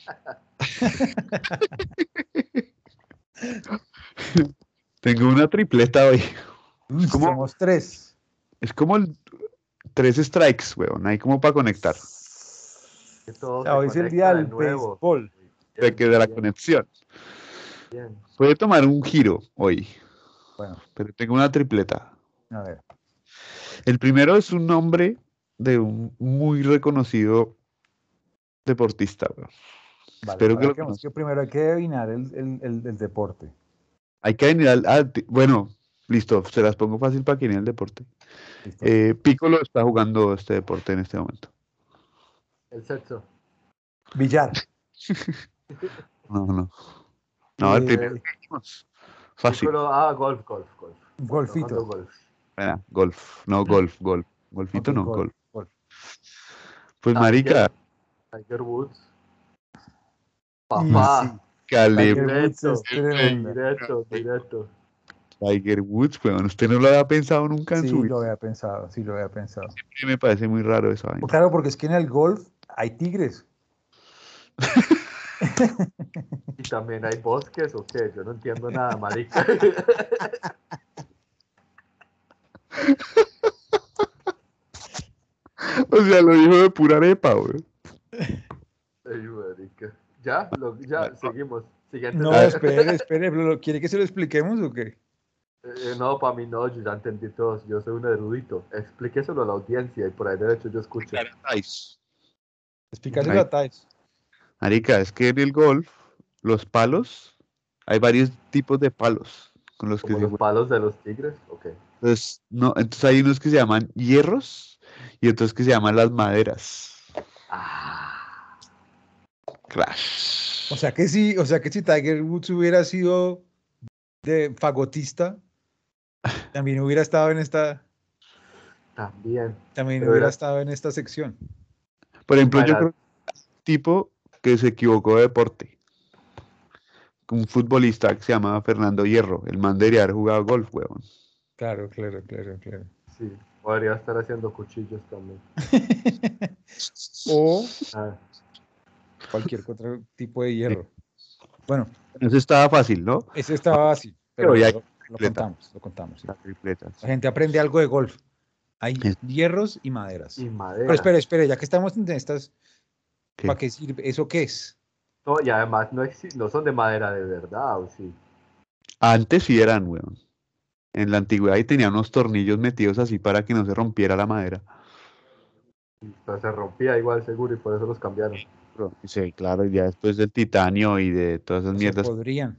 [SPEAKER 3] tengo una tripleta hoy.
[SPEAKER 1] Uy,
[SPEAKER 3] ¿Cómo?
[SPEAKER 1] Somos tres.
[SPEAKER 3] Es como el- tres strikes, weón. Ahí como para conectar.
[SPEAKER 2] que todo
[SPEAKER 1] O sea, hoy
[SPEAKER 2] se
[SPEAKER 1] es el
[SPEAKER 2] conecta
[SPEAKER 1] día
[SPEAKER 2] de
[SPEAKER 1] del
[SPEAKER 2] nuevo.
[SPEAKER 1] béisbol.
[SPEAKER 3] De,
[SPEAKER 2] Bien,
[SPEAKER 3] que de la
[SPEAKER 2] bien,
[SPEAKER 3] conexión.
[SPEAKER 2] bien.
[SPEAKER 3] Puede tomar un giro hoy.
[SPEAKER 1] Bueno.
[SPEAKER 3] Pero tengo una tripleta.
[SPEAKER 1] A ver.
[SPEAKER 3] El primero es un nombre de un muy reconocido deportista, weón.
[SPEAKER 1] Vale,
[SPEAKER 3] Espero que
[SPEAKER 1] ahora
[SPEAKER 3] lo
[SPEAKER 1] tenemos
[SPEAKER 3] conozcan.
[SPEAKER 1] primero hay que adivinar el, el- el- el deporte.
[SPEAKER 3] Hay que venir al. ah, ti- bueno, listo, se las pongo fácil para que en el deporte.
[SPEAKER 1] Listo.
[SPEAKER 3] Eh, Piccolo está jugando este deporte en este momento.
[SPEAKER 2] El sexo.
[SPEAKER 1] Villar.
[SPEAKER 3] No, no. No, el
[SPEAKER 1] Eh,
[SPEAKER 3] primero que dijimos. Fácil.
[SPEAKER 2] Círculo- ah, golf, golf, golf. Tocando
[SPEAKER 1] Golfito.
[SPEAKER 2] golf.
[SPEAKER 3] Espera, golf. No, golf, golf. Golfito
[SPEAKER 1] Ok,
[SPEAKER 3] no,
[SPEAKER 1] golf,
[SPEAKER 3] golf.
[SPEAKER 1] golf.
[SPEAKER 3] Pues
[SPEAKER 2] Ah,
[SPEAKER 3] marica,
[SPEAKER 2] Tiger Woods.
[SPEAKER 1] Y
[SPEAKER 2] Papá.
[SPEAKER 3] Caleb
[SPEAKER 1] Tiger Woods es tremenda.
[SPEAKER 2] Directo, directo.
[SPEAKER 3] Tiger Woods, weón. Usted no lo había pensado nunca en
[SPEAKER 1] Sí,
[SPEAKER 3] su vida.
[SPEAKER 1] lo había pensado, sí lo había pensado. Pues
[SPEAKER 3] Sí, Me parece muy raro esa vaina.
[SPEAKER 1] Claro, porque es que en el golf hay tigres.
[SPEAKER 2] Y también hay bosques o qué, yo no entiendo nada, marica.
[SPEAKER 3] O sea, lo dijo de pura arepa, weón.
[SPEAKER 2] Ay, marica. Ya, lo- ya, seguimos. Siguiente.
[SPEAKER 1] No,
[SPEAKER 2] Eh,
[SPEAKER 1] espere, espere. ¿lo- ¿Quiere que se lo expliquemos o qué?
[SPEAKER 2] eh, no, para mí no, yo ya entendí todos. Yo soy un erudito. Explíqueselo a la audiencia y por ahí derecho yo escucho.
[SPEAKER 1] Explícaselo a Thais.
[SPEAKER 3] Marica, es que en el golf, los palos, hay varios tipos de palos con los que
[SPEAKER 2] Como
[SPEAKER 3] se
[SPEAKER 2] los palos de los tigres, ok.
[SPEAKER 3] Entonces, no, entonces hay unos que se llaman hierros y otros que se llaman las maderas.
[SPEAKER 2] Ah,
[SPEAKER 3] Crash.
[SPEAKER 1] O sea que sí, o sea que si Tiger Woods hubiera sido de fagotista, también hubiera estado en esta,
[SPEAKER 2] también.
[SPEAKER 1] también
[SPEAKER 2] Pero
[SPEAKER 1] hubiera
[SPEAKER 2] era-
[SPEAKER 1] estado en esta sección.
[SPEAKER 3] Por ejemplo, yo
[SPEAKER 2] Para-
[SPEAKER 3] creo que un tipo que se equivocó de deporte. Un futbolista que se llamaba Fernando Hierro. El man debería haber jugado golf, huevón.
[SPEAKER 1] Claro, claro, claro, claro.
[SPEAKER 2] Sí, podría estar haciendo cuchillos también.
[SPEAKER 1] o
[SPEAKER 2] Ah,
[SPEAKER 1] cualquier otro tipo de hierro. Bueno,
[SPEAKER 3] Eso estaba fácil, ¿no?
[SPEAKER 1] ese estaba así, pero
[SPEAKER 3] Pero ya-
[SPEAKER 1] lo, lo contamos, lo contamos. sí.
[SPEAKER 3] Las tripletas.
[SPEAKER 1] La gente aprende algo de golf. Hay
[SPEAKER 3] Es-
[SPEAKER 1] hierros y maderas.
[SPEAKER 2] y madera.
[SPEAKER 1] Pero espere, espere, ya que estamos en estas,
[SPEAKER 3] ¿Qué?
[SPEAKER 1] ¿para qué sirve? ¿Eso qué es?
[SPEAKER 2] No, y además no, exi- no son de madera de verdad, ¿o sí?
[SPEAKER 3] Antes sí eran, huevón. En la antigüedad y tenían unos tornillos metidos así para que no se rompiera la madera.
[SPEAKER 2] Pero se rompía igual seguro y por eso los cambiaron.
[SPEAKER 3] Pero, Sí, claro, y ya después del titanio y de todas esas
[SPEAKER 1] Se
[SPEAKER 3] mierdas.
[SPEAKER 1] podrían.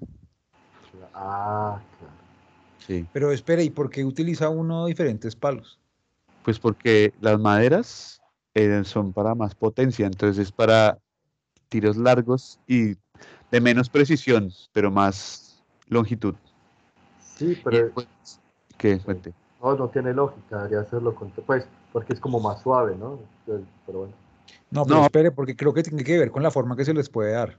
[SPEAKER 2] Ah, claro.
[SPEAKER 3] Sí.
[SPEAKER 1] Pero espere, ¿y por qué utiliza uno diferentes palos?
[SPEAKER 3] Pues porque las maderas eh, son para más potencia, entonces es para tiros largos y de menos precisión, pero más longitud.
[SPEAKER 2] Sí,
[SPEAKER 3] Y
[SPEAKER 2] pero
[SPEAKER 3] después- ¿Qué? Cuente.
[SPEAKER 2] no, no tiene lógica, debería hacerlo con... Pues, porque es como más suave, ¿no? Entonces, Pero bueno.
[SPEAKER 1] No, pero
[SPEAKER 3] No.
[SPEAKER 1] espere, porque creo que tiene que ver con la forma que se les puede dar.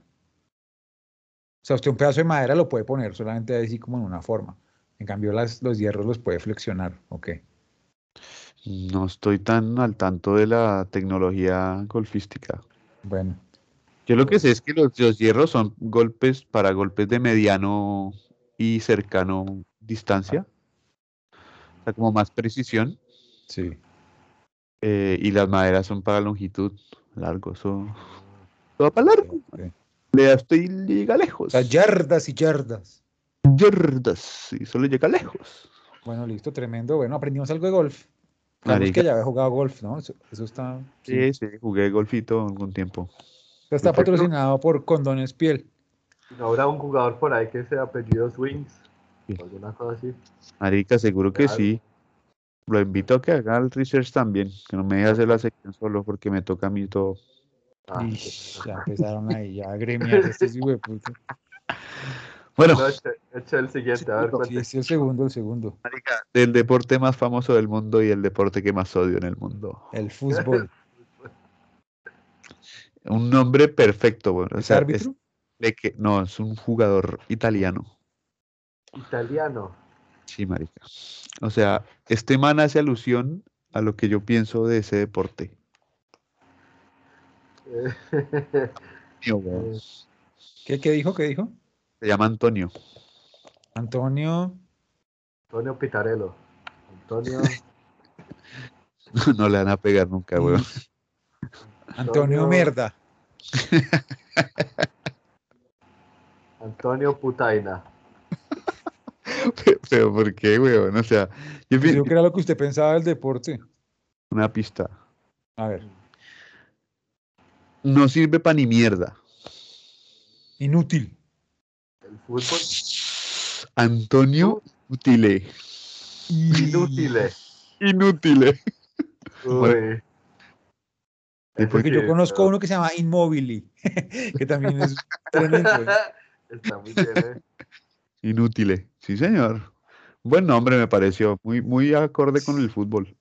[SPEAKER 1] O sea, usted un pedazo de madera lo puede poner solamente así como en una forma. En cambio, las, los hierros los puede flexionar. Ok.
[SPEAKER 3] No estoy tan al tanto de la tecnología golfística.
[SPEAKER 1] Bueno,
[SPEAKER 3] Yo lo que sé es que los, los hierros son golpes para golpes de mediano y cercano distancia, o sea, como más precisión,
[SPEAKER 1] sí.
[SPEAKER 3] eh, y las maderas son para longitud, largo, eso eso va para largo.
[SPEAKER 1] ok.
[SPEAKER 3] Le estoy llega
[SPEAKER 1] O
[SPEAKER 3] lejos.
[SPEAKER 1] sea, yardas y yardas.
[SPEAKER 3] Yardas, sí, solo llega lejos.
[SPEAKER 1] Bueno, listo, tremendo. Bueno, aprendimos algo de golf. Carlos
[SPEAKER 3] Marica.
[SPEAKER 1] que ya había jugado golf, ¿no? Eso, eso está.
[SPEAKER 3] Sí, sí, jugué golfito algún tiempo.
[SPEAKER 1] Pero Está
[SPEAKER 3] Perfecto.
[SPEAKER 1] patrocinado por Condones Piel.
[SPEAKER 2] ¿No habrá un jugador por ahí que sea apellido Swings?
[SPEAKER 3] Sí.
[SPEAKER 2] o Alguna cosa así.
[SPEAKER 3] Marica, seguro que
[SPEAKER 2] Claro.
[SPEAKER 3] sí. Lo invito a que haga el research también, que no me deje hacer la sección solo porque me toca a mí todo.
[SPEAKER 2] Ah,
[SPEAKER 1] Y ya empezaron ahí ya a gremiar estos hijueputas.
[SPEAKER 3] Bueno,
[SPEAKER 2] no, eche, eche el siguiente, a ver cuál
[SPEAKER 1] Sí, sí, el segundo, el segundo.
[SPEAKER 3] del deporte más famoso del mundo y el deporte que más odio en el mundo.
[SPEAKER 1] El fútbol.
[SPEAKER 3] Un nombre perfecto, bueno. O
[SPEAKER 1] ¿Es
[SPEAKER 3] sea, es
[SPEAKER 1] árbitro?
[SPEAKER 3] de que, no, es un jugador italiano.
[SPEAKER 2] Italiano.
[SPEAKER 3] Sí, marica. O sea, este man hace alusión a lo que yo pienso de ese deporte.
[SPEAKER 2] Eh,
[SPEAKER 3] Mío, weón.
[SPEAKER 2] Eh,
[SPEAKER 1] ¿Qué, qué dijo? ¿Qué dijo?
[SPEAKER 3] Se llama Antonio.
[SPEAKER 1] Antonio.
[SPEAKER 2] Antonio Pitarello. Antonio,
[SPEAKER 3] No le van a pegar nunca,
[SPEAKER 1] Mm.
[SPEAKER 3] weón.
[SPEAKER 1] Antonio
[SPEAKER 2] Antonio-
[SPEAKER 1] Merda.
[SPEAKER 2] Antonio Putaina.
[SPEAKER 3] Pero ¿por qué, weón? O sea, yo
[SPEAKER 1] Yo
[SPEAKER 3] pienso
[SPEAKER 1] que era lo que usted pensaba del deporte.
[SPEAKER 3] una pista.
[SPEAKER 1] A ver,
[SPEAKER 3] No sirve para ni mierda.
[SPEAKER 1] inútil.
[SPEAKER 2] El fútbol.
[SPEAKER 3] Antonio Utile.
[SPEAKER 1] Y-
[SPEAKER 2] eh. Inútiles.
[SPEAKER 3] Inútil.
[SPEAKER 2] Uy, Sí,
[SPEAKER 1] Porque yo
[SPEAKER 2] porque-
[SPEAKER 1] conozco uno que se llama Inmobili, que también es tremendo. ¿eh?
[SPEAKER 2] Está muy bien, ¿eh?
[SPEAKER 3] Inútile. Sí, señor. Buen nombre me pareció. Muy, muy acorde con el fútbol.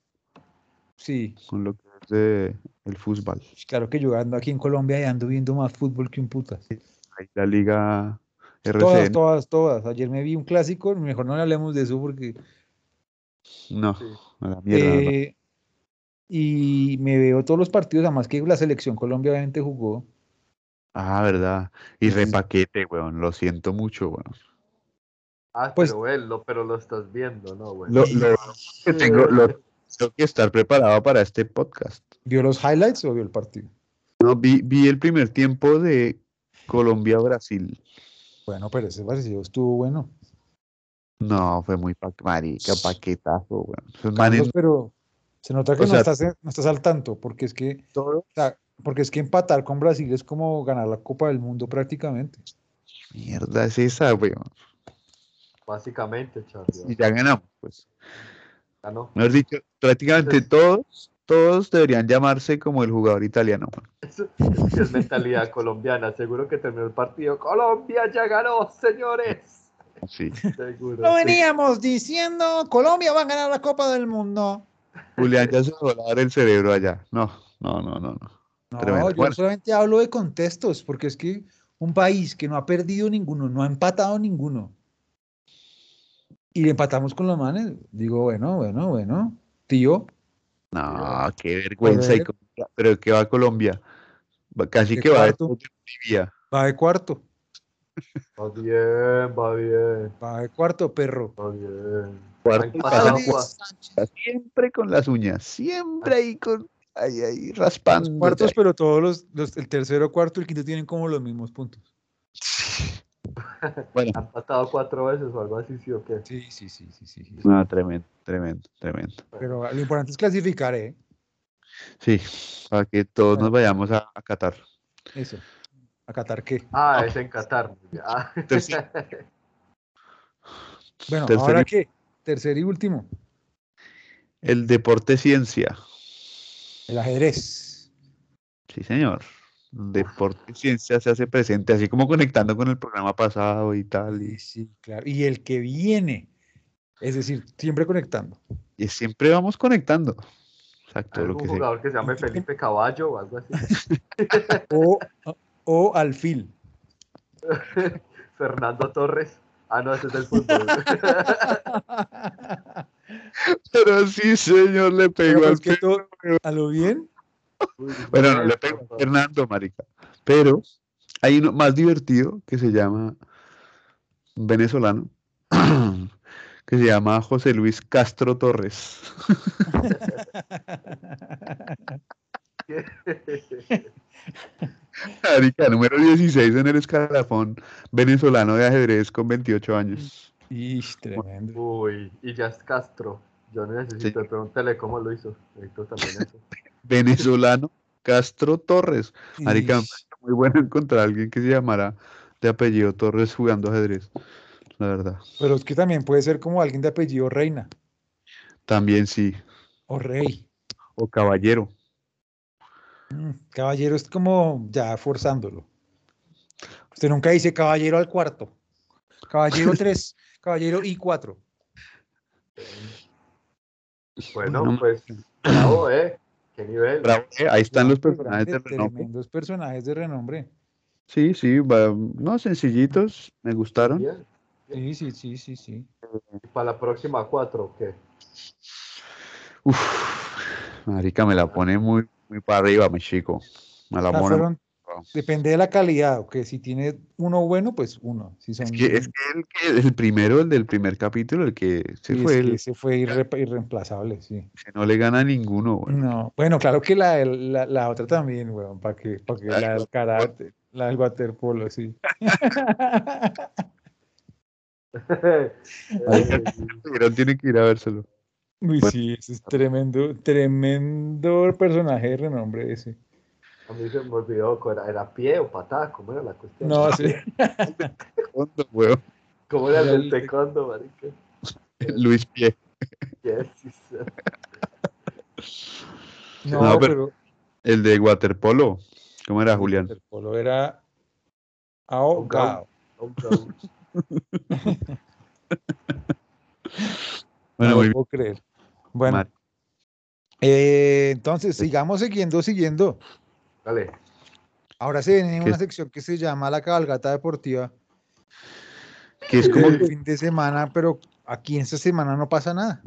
[SPEAKER 1] Sí,
[SPEAKER 3] Con lo que es de el fútbol.
[SPEAKER 1] claro que yo ando aquí en Colombia y ando viendo más fútbol que un putas.
[SPEAKER 3] Ahí la liga RCN.
[SPEAKER 1] Todas, todas, todas. Ayer me vi un clásico, mejor no le hablemos de eso porque...
[SPEAKER 3] No,
[SPEAKER 2] Sí.
[SPEAKER 3] a la mierda. ¿verdad?
[SPEAKER 1] eh, y me veo todos los partidos, además que la selección Colombia obviamente jugó.
[SPEAKER 3] Ah, verdad. Y
[SPEAKER 1] entonces-
[SPEAKER 3] repaquete, weón. Lo siento mucho, weón.
[SPEAKER 2] Ah,
[SPEAKER 1] Pues-
[SPEAKER 2] pero velo, pero lo estás viendo, ¿no, güey?
[SPEAKER 3] Lo, lo que tengo, lo- tengo que estar preparado para este podcast.
[SPEAKER 1] ¿Vio los highlights o vio el partido?
[SPEAKER 3] No, vi, vi el primer tiempo de Colombia-Brasil.
[SPEAKER 1] Bueno, pero ese partido estuvo bueno.
[SPEAKER 3] No, fue muy pa marica, paquetazo, weón. Esos
[SPEAKER 1] Carlos, Pues,
[SPEAKER 3] manes
[SPEAKER 1] pero se nota que
[SPEAKER 3] O
[SPEAKER 1] no,
[SPEAKER 3] sea-
[SPEAKER 1] estás, en- no estás al tanto, porque es que...
[SPEAKER 3] todos-
[SPEAKER 1] O sea, porque es que empatar con Brasil es como ganar la Copa del Mundo prácticamente.
[SPEAKER 3] Mierda, es esa, weón.
[SPEAKER 2] Básicamente, Charlie.
[SPEAKER 3] Y ya ganamos, pues.
[SPEAKER 2] Ya no.
[SPEAKER 3] Mejor dicho, prácticamente todos, todos deberían llamarse como el jugador italiano, weón.
[SPEAKER 2] Eso eso es mentalidad colombiana. Seguro que terminó el partido. Colombia ya ganó, señores.
[SPEAKER 3] Sí.
[SPEAKER 2] Seguro.
[SPEAKER 1] Lo
[SPEAKER 2] sí.
[SPEAKER 1] veníamos diciendo, Colombia va a ganar la Copa del Mundo.
[SPEAKER 3] Julián ya se va a volar el cerebro allá. No, no, no, no, no.
[SPEAKER 1] No,
[SPEAKER 3] Tremendo.
[SPEAKER 1] yo
[SPEAKER 3] Bueno.
[SPEAKER 1] solamente hablo de contextos, porque es que un país que no ha perdido ninguno, no ha empatado ninguno, y le empatamos con los manes, digo, bueno, bueno, bueno, tío,
[SPEAKER 3] No, qué vergüenza. y
[SPEAKER 1] Joder.
[SPEAKER 3] Colombia- pero que va a Colombia. Va- Casi
[SPEAKER 1] De
[SPEAKER 3] que va
[SPEAKER 1] cuarto.
[SPEAKER 3] después de Bolivia.
[SPEAKER 1] va de cuarto,
[SPEAKER 2] Va bien, va bien,
[SPEAKER 1] va de cuarto, perro.
[SPEAKER 2] va bien.
[SPEAKER 3] Cuarto
[SPEAKER 2] Han
[SPEAKER 3] y
[SPEAKER 2] pasado
[SPEAKER 3] pasan
[SPEAKER 1] David
[SPEAKER 2] cua-
[SPEAKER 1] Sánchez.
[SPEAKER 3] siempre con las uñas. Siempre ahí con ahí, ahí raspando.
[SPEAKER 1] Cuartos, pero todos los, los- el tercero, cuarto y el quinto tienen como los mismos puntos.
[SPEAKER 3] Bueno,
[SPEAKER 2] han pasado cuatro veces o algo así, sí o qué.
[SPEAKER 1] Sí, sí, sí, sí, sí. sí.
[SPEAKER 3] no, tremendo, tremendo, tremendo.
[SPEAKER 1] Pero lo importante es clasificar, ¿eh?
[SPEAKER 3] Sí, para que todos
[SPEAKER 1] Bueno.
[SPEAKER 3] nos vayamos a, a Qatar.
[SPEAKER 1] Eso. ¿A Qatar qué?
[SPEAKER 2] Ah, es en Qatar. muy bien. Ah.
[SPEAKER 3] Tercero.
[SPEAKER 1] Bueno,
[SPEAKER 3] Tercer
[SPEAKER 1] ¿ahora
[SPEAKER 3] y-
[SPEAKER 1] qué? Tercer y último.
[SPEAKER 3] El deporte ciencia.
[SPEAKER 1] El ajedrez.
[SPEAKER 3] Sí, señor. Deporte ciencia se hace presente, así como conectando con el programa pasado y tal.
[SPEAKER 1] Sí,
[SPEAKER 3] Y,
[SPEAKER 1] sí, claro. Y el que viene. Es decir, siempre conectando.
[SPEAKER 3] y siempre vamos conectando. Exacto, lo
[SPEAKER 2] Algún
[SPEAKER 3] que se
[SPEAKER 2] jugador que se llame Felipe Caballo o algo así.
[SPEAKER 1] O, o alfil.
[SPEAKER 2] Fernando Torres. Ah, no, ese es el fútbol.
[SPEAKER 3] Pero sí, señor, le
[SPEAKER 1] Pero
[SPEAKER 3] pegó al
[SPEAKER 1] pues que
[SPEAKER 3] pe-
[SPEAKER 1] todo- a lo bien.
[SPEAKER 2] Uy,
[SPEAKER 3] Bueno, no le
[SPEAKER 2] Dios,
[SPEAKER 3] pegó a
[SPEAKER 2] papá.
[SPEAKER 3] Fernando, marica. Pero hay uno más divertido que se llama un venezolano, que se llama José Luis Castro Torres. Marica, número 16 en el escalafón venezolano de ajedrez con 28 años.
[SPEAKER 1] Ish, tremendo.
[SPEAKER 2] Uy, y ya es Castro. Yo no necesito, pregúntale cómo lo hizo. Necesito también eso.
[SPEAKER 3] Venezolano Castro Torres. Marica,
[SPEAKER 1] Ish.
[SPEAKER 3] Muy bueno encontrar a alguien que se llamara de apellido Torres jugando ajedrez. La verdad.
[SPEAKER 1] Pero es que también puede ser como alguien de apellido reina
[SPEAKER 3] También sí.
[SPEAKER 1] o rey.
[SPEAKER 3] O caballero.
[SPEAKER 1] Caballero es como ya forzándolo. Usted nunca dice caballero al cuarto. Caballero tres, caballero y cuatro.
[SPEAKER 2] Bueno,
[SPEAKER 3] No,
[SPEAKER 2] pues, bravo, ¿eh? Qué nivel.
[SPEAKER 3] Bravo, eh, Ahí están los
[SPEAKER 1] Grandes,
[SPEAKER 3] personajes de
[SPEAKER 1] grandes,
[SPEAKER 3] renombre.
[SPEAKER 1] Tremendos personajes de renombre.
[SPEAKER 3] Sí, sí, va- no, sencillitos, me gustaron.
[SPEAKER 2] Bien.
[SPEAKER 1] Sí, sí, sí, sí, sí.
[SPEAKER 2] ¿Y para la próxima cuatro o qué?
[SPEAKER 3] Uf, marica, me la pone muy, muy para arriba, mi chico. Me
[SPEAKER 1] O
[SPEAKER 3] la
[SPEAKER 1] sea,
[SPEAKER 3] pone.
[SPEAKER 1] fueron- depende de la calidad, que si tiene uno bueno, pues uno. Si son,
[SPEAKER 3] Es que, es que el, que- el primero, el del primer capítulo, el que se
[SPEAKER 1] sí, es
[SPEAKER 3] fue,
[SPEAKER 1] que
[SPEAKER 3] el
[SPEAKER 1] ese fue irre- irreemplazable, sí.
[SPEAKER 3] que no le gana a ninguno. güey.
[SPEAKER 1] No, bueno, claro que la, la, la otra también, weón, para que, pa' que la del karate, la del waterpolo, sí.
[SPEAKER 2] Eh,
[SPEAKER 3] Pero él tiene que ir a vérselo.
[SPEAKER 1] Uy,
[SPEAKER 3] Pues
[SPEAKER 1] sí, ese es tremendo, tremendo personaje de renombre ese.
[SPEAKER 2] a mí se me olvidó, ¿cómo ¿era, era pie o patada? ¿Cómo era la cuestión?
[SPEAKER 1] No, sí.
[SPEAKER 3] Hondo, weón.
[SPEAKER 2] ¿Cómo era el
[SPEAKER 1] Era
[SPEAKER 2] del
[SPEAKER 1] el-
[SPEAKER 2] taekwondo, marica?
[SPEAKER 3] Luis Pie.
[SPEAKER 2] Yes, sí, sí.
[SPEAKER 1] No,
[SPEAKER 3] No,
[SPEAKER 1] pero,
[SPEAKER 3] pero- El de waterpolo. ¿Cómo era, Julián?
[SPEAKER 1] El polo era ahogado.
[SPEAKER 3] Bueno,
[SPEAKER 1] no
[SPEAKER 3] muy
[SPEAKER 1] lo
[SPEAKER 3] bien.
[SPEAKER 1] puedo creer. Bueno,
[SPEAKER 3] Mar-
[SPEAKER 1] eh, entonces sigamos siguiendo, siguiendo.
[SPEAKER 2] Dale.
[SPEAKER 1] Ahora se viene
[SPEAKER 3] ¿Qué?
[SPEAKER 1] una sección que se llama la cabalgata deportiva.
[SPEAKER 3] Que es como
[SPEAKER 1] Como
[SPEAKER 3] que
[SPEAKER 1] el fin de semana, pero aquí en esta semana no pasa nada.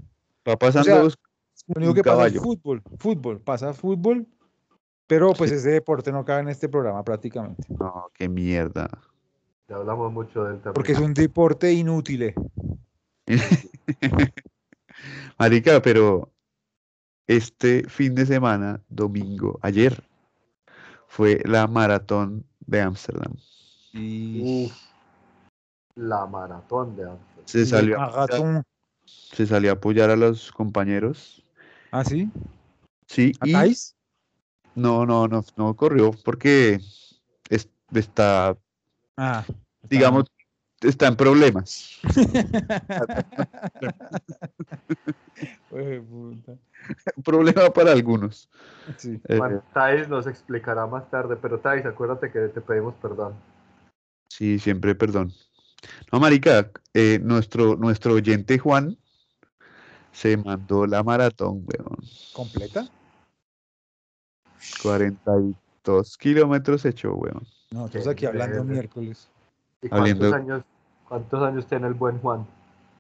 [SPEAKER 3] va pasando.
[SPEAKER 1] o sea,
[SPEAKER 3] dos-
[SPEAKER 1] Lo único
[SPEAKER 3] Un
[SPEAKER 1] que pasa es
[SPEAKER 3] caballo.
[SPEAKER 1] fútbol, fútbol, pasa fútbol, pero pues ese deporte no cabe en este programa prácticamente,
[SPEAKER 3] No, qué mierda.
[SPEAKER 2] Ya hablamos mucho del tema.
[SPEAKER 1] porque es un deporte inútil.
[SPEAKER 3] Marica, pero este fin de semana, domingo, ayer, fue la maratón de Ámsterdam.
[SPEAKER 2] Uf. la maratón de Ámsterdam.
[SPEAKER 3] Se salió, a apoyar-
[SPEAKER 1] maratón.
[SPEAKER 3] se salió a apoyar a los compañeros.
[SPEAKER 1] ¿Ah, sí?
[SPEAKER 3] Sí, y
[SPEAKER 1] ¿Atáis?
[SPEAKER 3] no, no, no, no corrió porque es- está,
[SPEAKER 1] Ah,
[SPEAKER 3] digamos, está en problemas.
[SPEAKER 1] Hue puta.
[SPEAKER 3] Problema para algunos.
[SPEAKER 1] Sí.
[SPEAKER 3] Eh,
[SPEAKER 2] Bueno, Thais nos explicará más tarde, pero Thais, acuérdate que te pedimos perdón.
[SPEAKER 3] Sí, siempre, perdón. No, marica, eh, nuestro, nuestro oyente Juan se mandó la maratón, weón.
[SPEAKER 1] ¿Completa?
[SPEAKER 3] 42 kilómetros hecho, weón.
[SPEAKER 1] No, estás aquí hablando
[SPEAKER 2] Excelente.
[SPEAKER 1] miércoles.
[SPEAKER 2] ¿Y cuántos
[SPEAKER 3] Hablando-
[SPEAKER 2] años, cuántos años tiene el buen Juan?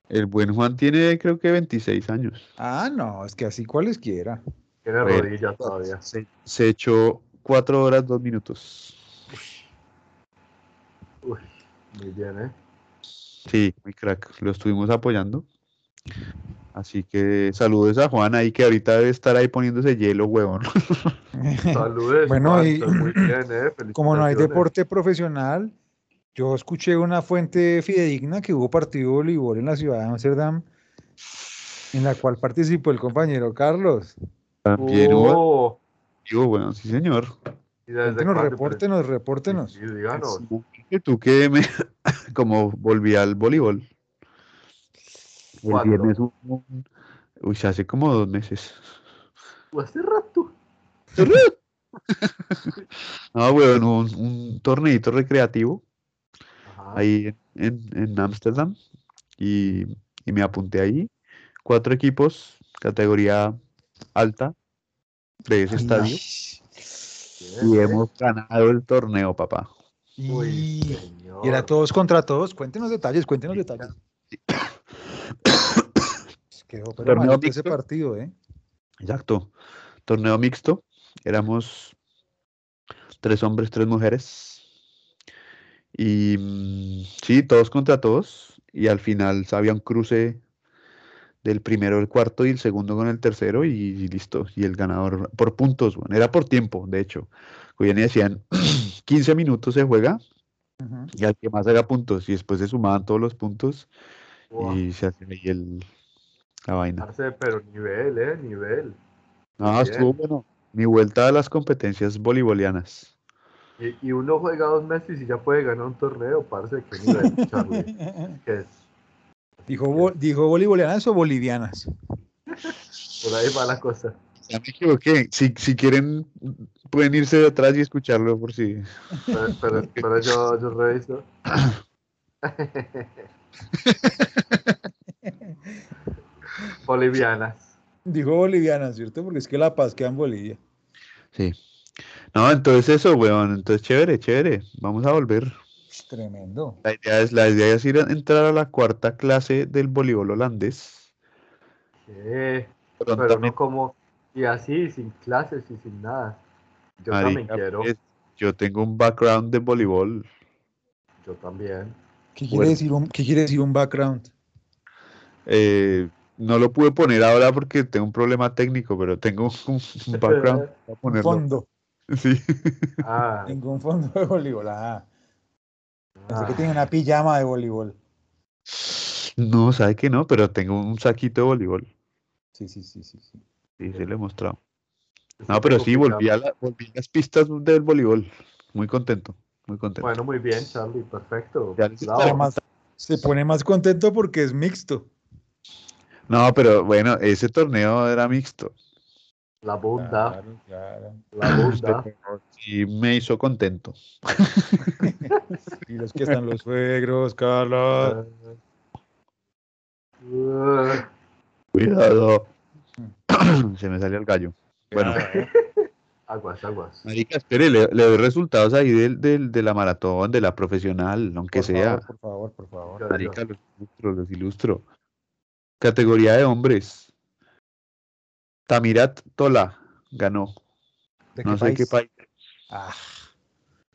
[SPEAKER 3] El buen Juan tiene creo que 26 años.
[SPEAKER 1] Ah, no, es que así cualesquiera.
[SPEAKER 2] Tiene
[SPEAKER 1] Pues,
[SPEAKER 3] Bueno.
[SPEAKER 2] rodillas todavía.
[SPEAKER 3] Se, se echó 4 horas 2 minutos.
[SPEAKER 2] Muy bien, ¿eh?
[SPEAKER 3] Sí, muy crack. Lo estuvimos apoyando. Así que saludos a Juan ahí que ahorita debe estar ahí poniéndose hielo, weón.
[SPEAKER 2] Saludes.
[SPEAKER 1] Bueno,
[SPEAKER 2] Juan,
[SPEAKER 1] y-
[SPEAKER 2] estás muy bien, ¿eh?
[SPEAKER 1] Como no hay
[SPEAKER 2] Felicitaciones.
[SPEAKER 1] deporte profesional, yo escuché una fuente fidedigna que hubo partido de voleibol en la ciudad de Ámsterdam, en la cual participó el compañero Carlos.
[SPEAKER 3] También hubo
[SPEAKER 2] Oh,
[SPEAKER 3] activo, weón, sí señor.
[SPEAKER 2] y desde
[SPEAKER 1] Cuéntenos,
[SPEAKER 2] cuándo, Pues,
[SPEAKER 1] repórtenos, repórtenos.
[SPEAKER 2] Y díganos.
[SPEAKER 3] Y tú que me, como volví al voleibol. El
[SPEAKER 2] ¿Cuándo?
[SPEAKER 3] viernes hubo un- Uy, hace como dos meses.
[SPEAKER 2] Hace rato.
[SPEAKER 3] Ah, weón, hubo un, un torneito recreativo
[SPEAKER 2] Ajá.
[SPEAKER 3] ahí en, en Ámsterdam. Y, y me apunté ahí. Cuatro equipos, categoría alta, tres estadios.
[SPEAKER 2] Bien,
[SPEAKER 3] Y
[SPEAKER 2] ¿eh?
[SPEAKER 3] hemos ganado el torneo, papá.
[SPEAKER 1] Y,
[SPEAKER 2] Uy,
[SPEAKER 1] y
[SPEAKER 2] pues, señor.
[SPEAKER 1] era todos contra todos. Cuéntenos detalles, cuéntenos detalles. Quedó pero
[SPEAKER 3] Torneo
[SPEAKER 1] malote ese
[SPEAKER 3] mixto.
[SPEAKER 1] partido, ¿eh?
[SPEAKER 3] Exacto. Torneo mixto. Éramos tres hombres, tres mujeres. Y mm, sí, todos contra todos. Y al final había un cruce del primero al cuarto y el segundo con el tercero y, y listo. Y el ganador por puntos, weón. era por tiempo, de hecho. Cogían y decían, 15 minutos se juega
[SPEAKER 1] Ujú.
[SPEAKER 3] y al que más haga puntos. Y después se sumaban todos los puntos
[SPEAKER 2] Wow.
[SPEAKER 3] y se hacía ahí el, la vaina.
[SPEAKER 2] Parce, pero nivel, ¿eh? Nivel.
[SPEAKER 3] No, Ah, estuvo
[SPEAKER 2] Bien.
[SPEAKER 3] bueno. Mi vuelta a las competencias voleibolianas.
[SPEAKER 2] Y, y uno juega dos meses y ya puede ganar un torneo, parce. Qué nivel, Charlie. que es-
[SPEAKER 1] Dijo, vo- dijo bolivolianas o bolivianas.
[SPEAKER 2] por ahí va la cosa.
[SPEAKER 3] Ya me equivoqué. Si, si quieren, pueden irse de atrás y escucharlo por si.
[SPEAKER 2] Pero, pero- pero yo, yo reviso. Bolivianas.
[SPEAKER 1] Dijo bolivianas, ¿cierto? Porque es que La Paz queda en Bolivia.
[SPEAKER 3] Sí. No, entonces eso, weón. Entonces, chévere, chévere. Vamos a volver.
[SPEAKER 1] Tremendo.
[SPEAKER 3] La idea es, la idea es ir a entrar a la cuarta clase del voleibol holandés.
[SPEAKER 2] ¿Qué? Pero no
[SPEAKER 3] Prontamente,
[SPEAKER 2] como. Y así, sin clases y sin nada. Yo también
[SPEAKER 3] marica,
[SPEAKER 2] quiero.
[SPEAKER 3] pues, yo tengo un background de voleibol.
[SPEAKER 2] Yo también.
[SPEAKER 1] ¿Qué quiere,
[SPEAKER 3] Bueno.
[SPEAKER 1] decir un, ¿Qué quiere decir un background?
[SPEAKER 3] Eh, no lo pude poner ahora porque tengo un problema técnico, pero tengo un, un background. Voy a
[SPEAKER 1] Un
[SPEAKER 3] ponerlo.
[SPEAKER 1] fondo.
[SPEAKER 3] Sí.
[SPEAKER 2] Ah,
[SPEAKER 1] Tengo un fondo de voleibol. Ah, pensé que
[SPEAKER 2] ah.
[SPEAKER 1] tiene una pijama de voleibol.
[SPEAKER 3] No, sabe que no, pero tengo un saquito de voleibol.
[SPEAKER 1] Sí, sí, sí, sí. sí.
[SPEAKER 3] Sí, se lo he mostrado.
[SPEAKER 2] Yo
[SPEAKER 3] No, pero
[SPEAKER 2] tengo
[SPEAKER 3] sí, volví
[SPEAKER 2] pijama.
[SPEAKER 3] a, la- volví a las pistas del voleibol. Muy contento, muy contento.
[SPEAKER 2] Bueno, muy bien, Charlie, perfecto.
[SPEAKER 3] Ya les
[SPEAKER 2] Bravo.
[SPEAKER 3] estaré
[SPEAKER 1] Además, se pone más contento porque es mixto.
[SPEAKER 3] No, pero bueno, ese torneo era mixto.
[SPEAKER 2] La bondad,
[SPEAKER 1] Claro, claro.
[SPEAKER 2] la
[SPEAKER 1] Ah.
[SPEAKER 2] bondad.
[SPEAKER 3] Y me hizo contento.
[SPEAKER 1] Y los que están los suegros, Carlos.
[SPEAKER 2] Ah.
[SPEAKER 3] Cuidado. Se me sale el gallo. Bueno,
[SPEAKER 1] Ah,
[SPEAKER 2] Aguas, aguas.
[SPEAKER 3] Marica, espere, le, le doy resultados ahí del, del- de la maratón, de la profesional, aunque
[SPEAKER 1] por
[SPEAKER 3] sea.
[SPEAKER 1] Favor, por favor, por favor.
[SPEAKER 2] Yo-
[SPEAKER 3] Marica, los ilustro, los ilustro. Categoría de hombres. Tamirat Tola ganó.
[SPEAKER 1] ¿De
[SPEAKER 3] No sé qué país.
[SPEAKER 1] Ah.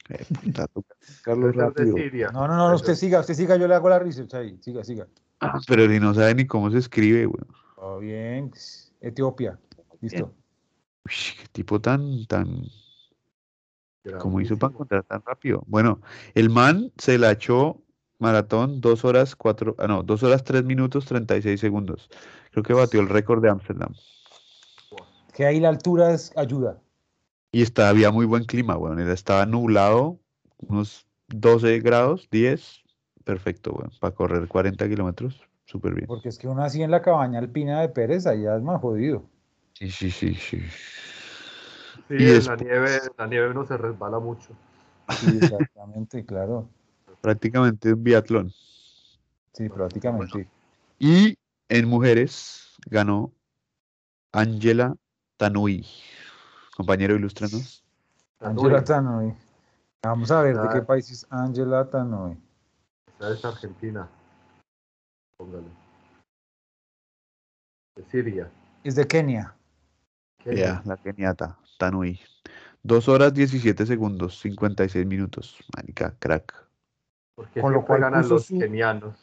[SPEAKER 3] Eh, puta, toca
[SPEAKER 2] yo- yo
[SPEAKER 3] buscarlo
[SPEAKER 2] de
[SPEAKER 3] rápido.
[SPEAKER 2] Siria.
[SPEAKER 1] No, no, no, usted siga, usted siga, yo le hago la research ahí. Siga, siga.
[SPEAKER 3] Ah, Pero ni no sabe ni cómo se escribe, güey.
[SPEAKER 1] Todo bien. Etiopía. Listo.
[SPEAKER 3] Uy, qué tipo tan, tan,
[SPEAKER 2] Era
[SPEAKER 3] ¿Cómo hizo
[SPEAKER 2] buenísimo.
[SPEAKER 3] para encontrar tan rápido? Bueno, el man se la echó maratón dos horas cuatro, ah, no, dos horas tres minutos 36 segundos. Creo que batió el récord de Ámsterdam.
[SPEAKER 1] Que ahí la altura es- ayuda.
[SPEAKER 3] Y está, había muy buen clima, weón. Era- Estaba nublado, unos 12 grados, 10. Perfecto, weón. Para correr 40 kilómetros, súper bien.
[SPEAKER 1] Porque es que uno así en la cabaña alpina de Pérez, allá es más jodido.
[SPEAKER 3] Sí, sí, sí, sí.
[SPEAKER 2] Sí,
[SPEAKER 3] Y
[SPEAKER 2] en la
[SPEAKER 3] después-
[SPEAKER 2] nieve, en la nieve uno se resbala mucho.
[SPEAKER 1] Sí, exactamente, claro.
[SPEAKER 3] Prácticamente un biatlón.
[SPEAKER 1] Sí, prácticamente.
[SPEAKER 3] Y en mujeres ganó Angela Tanui. Compañero, ilústranos.
[SPEAKER 1] Angela
[SPEAKER 2] Uy,
[SPEAKER 1] Tannoy. Vamos a ver de
[SPEAKER 2] Ah.
[SPEAKER 1] qué país es Angela Tannoy.
[SPEAKER 2] esa es Argentina. Póngale. De Siria.
[SPEAKER 1] Es de Kenia.
[SPEAKER 2] Kenia.
[SPEAKER 3] Ya, la keniata, Tanui. Dos horas 17 segundos, 56 minutos. Marica, crack.
[SPEAKER 2] Porque
[SPEAKER 1] Con lo
[SPEAKER 2] siempre
[SPEAKER 1] cual
[SPEAKER 2] ganan
[SPEAKER 1] puso
[SPEAKER 2] los
[SPEAKER 1] su-
[SPEAKER 2] kenianos.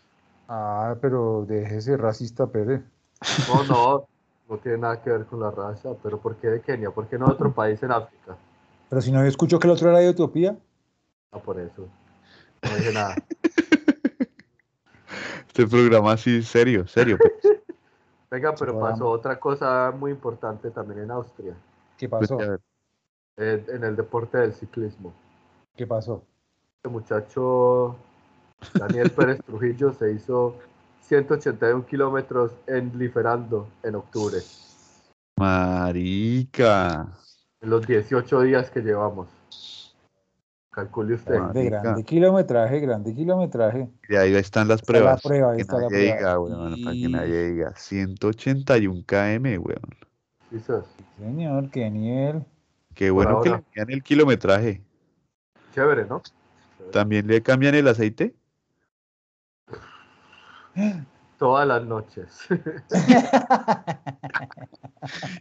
[SPEAKER 1] Ah, pero déjese racista, Pérez.
[SPEAKER 2] No, no, no tiene nada que ver con la raza, pero ¿por qué de Kenia? ¿Por qué no de otro país en África?
[SPEAKER 1] Pero si no, yo escucho que el otro era de Etiopía.
[SPEAKER 2] Ah, por eso. No dije nada.
[SPEAKER 3] Este programa sí, serio, serio. pues.
[SPEAKER 2] Venga, pero
[SPEAKER 1] Programa.
[SPEAKER 2] pasó otra cosa muy importante también en Austria,
[SPEAKER 1] ¿Qué pasó?
[SPEAKER 3] Vete Pues, a ver.
[SPEAKER 2] en, en el deporte del ciclismo.
[SPEAKER 1] ¿Qué pasó?
[SPEAKER 2] Este muchacho Daniel Pérez Trujillo se hizo 181 kilómetros en Liferando en octubre,
[SPEAKER 3] Marica.
[SPEAKER 2] en los 18 días que llevamos. Calcule usted.
[SPEAKER 3] Ah,
[SPEAKER 1] De
[SPEAKER 3] marica.
[SPEAKER 1] grande kilometraje, grande kilometraje.
[SPEAKER 3] Y ahí están las
[SPEAKER 1] Está la
[SPEAKER 3] pruebas.
[SPEAKER 1] prueba, ahí
[SPEAKER 3] que
[SPEAKER 1] está la
[SPEAKER 3] nadie
[SPEAKER 1] prueba.
[SPEAKER 3] diga, weón, para que
[SPEAKER 1] Y-
[SPEAKER 3] nadie diga. 181 km, weón.
[SPEAKER 2] Quizás.
[SPEAKER 1] Señor, qué nivel.
[SPEAKER 3] Qué
[SPEAKER 2] Por
[SPEAKER 3] bueno que le
[SPEAKER 2] ahora.
[SPEAKER 3] cambian el kilometraje.
[SPEAKER 2] Chévere, ¿no?
[SPEAKER 3] ¿También le cambian el aceite?
[SPEAKER 2] Todas las noches.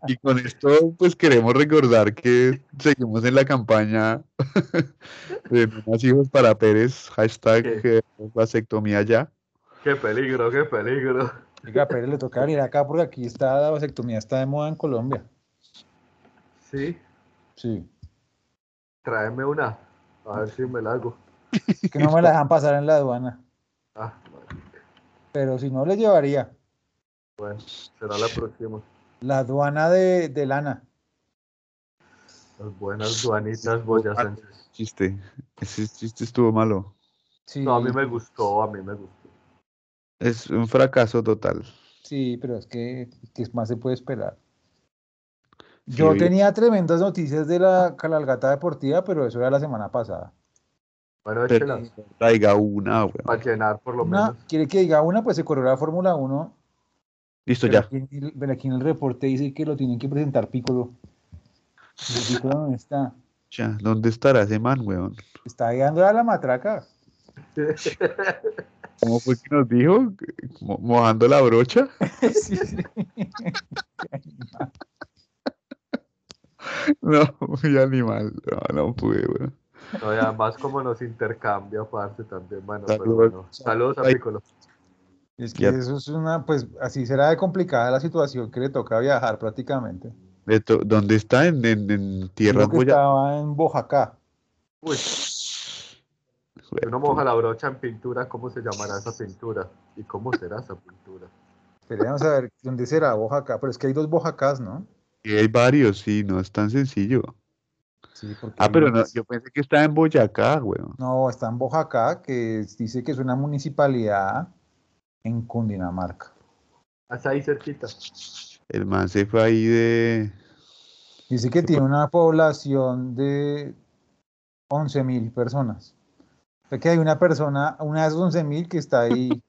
[SPEAKER 3] Y con esto, pues queremos recordar que seguimos en la campaña de no más hijos para Pérez, hashtag eh, vasectomía ya.
[SPEAKER 2] qué peligro, qué peligro.
[SPEAKER 1] Oiga, Pérez le toca venir acá porque aquí está la vasectomía, está de moda en Colombia.
[SPEAKER 2] Sí,
[SPEAKER 1] Sí.
[SPEAKER 2] tráeme una. A ver si me la hago.
[SPEAKER 1] Que no me la dejan pasar en la aduana.
[SPEAKER 2] Ah, bueno,
[SPEAKER 1] Pero si no, le llevaría
[SPEAKER 2] bueno, será la próxima.
[SPEAKER 1] la aduana de, de lana.
[SPEAKER 2] Las buenas duanitas Boya Sánchez.
[SPEAKER 3] Chiste, ese chiste estuvo malo.
[SPEAKER 1] Sí,
[SPEAKER 2] No, a mí me gustó, a mí me gustó.
[SPEAKER 3] Es un fracaso total.
[SPEAKER 1] sí pero es que, ¿qué más se puede esperar?
[SPEAKER 3] Sí,
[SPEAKER 1] Yo
[SPEAKER 3] oiga.
[SPEAKER 1] tenía tremendas noticias de la calalgata deportiva, pero eso era la semana pasada.
[SPEAKER 2] Bueno,
[SPEAKER 3] Pero-
[SPEAKER 2] échelas.
[SPEAKER 3] Traiga una, weón.
[SPEAKER 2] Para llenar, por lo
[SPEAKER 1] Una,
[SPEAKER 2] menos.
[SPEAKER 1] ¿Quiere que diga una? Pues se corrió la Fórmula 1.
[SPEAKER 3] Listo
[SPEAKER 1] Pero
[SPEAKER 3] ya.
[SPEAKER 1] aquí, en el- pero aquí en el reporte dice que lo tienen que presentar Piccolo. ¿Y Piccolo dónde está?
[SPEAKER 3] Ya, ¿Dónde estará ese man, weón?
[SPEAKER 1] Está llegando a la matraca.
[SPEAKER 3] ¿Cómo fue que nos dijo? Mo- ¿Mojando la brocha?
[SPEAKER 1] Sí, sí.
[SPEAKER 3] No, muy animal. No, no pude, weón.
[SPEAKER 2] No, y además, como nos intercambia, aparte también. Bueno, pero
[SPEAKER 3] Saludos.
[SPEAKER 2] bueno. Saludos a
[SPEAKER 3] Ay.
[SPEAKER 2] Piccolo.
[SPEAKER 1] Es que
[SPEAKER 3] Ya.
[SPEAKER 1] eso es una, pues así será de complicada la situación que le toca viajar prácticamente.
[SPEAKER 3] De to- ¿Dónde está? En, en, en tierra
[SPEAKER 1] Creo que estaba en Boyacá.
[SPEAKER 2] Uy, si uno moja la brocha en pintura, ¿cómo se llamará esa pintura? ¿Y cómo será esa pintura?
[SPEAKER 1] Queríamos saber dónde será Boyacá, pero es que hay dos Boyacás, ¿no?
[SPEAKER 3] Sí, hay varios, sí, no es tan sencillo.
[SPEAKER 1] Sí, porque
[SPEAKER 3] Ah,
[SPEAKER 1] hay
[SPEAKER 3] pero
[SPEAKER 1] uno
[SPEAKER 3] no,
[SPEAKER 1] que-
[SPEAKER 3] yo pensé que estaba en Boyacá, weón.
[SPEAKER 1] No, está en Boyacá, que es- dice que es una municipalidad en Cundinamarca.
[SPEAKER 2] Hasta ahí cerquita.
[SPEAKER 3] El man se fue ahí de,
[SPEAKER 1] Dice que tiene una población de 11.000 personas. O sea que hay una persona, una de esas 11.000 que está ahí.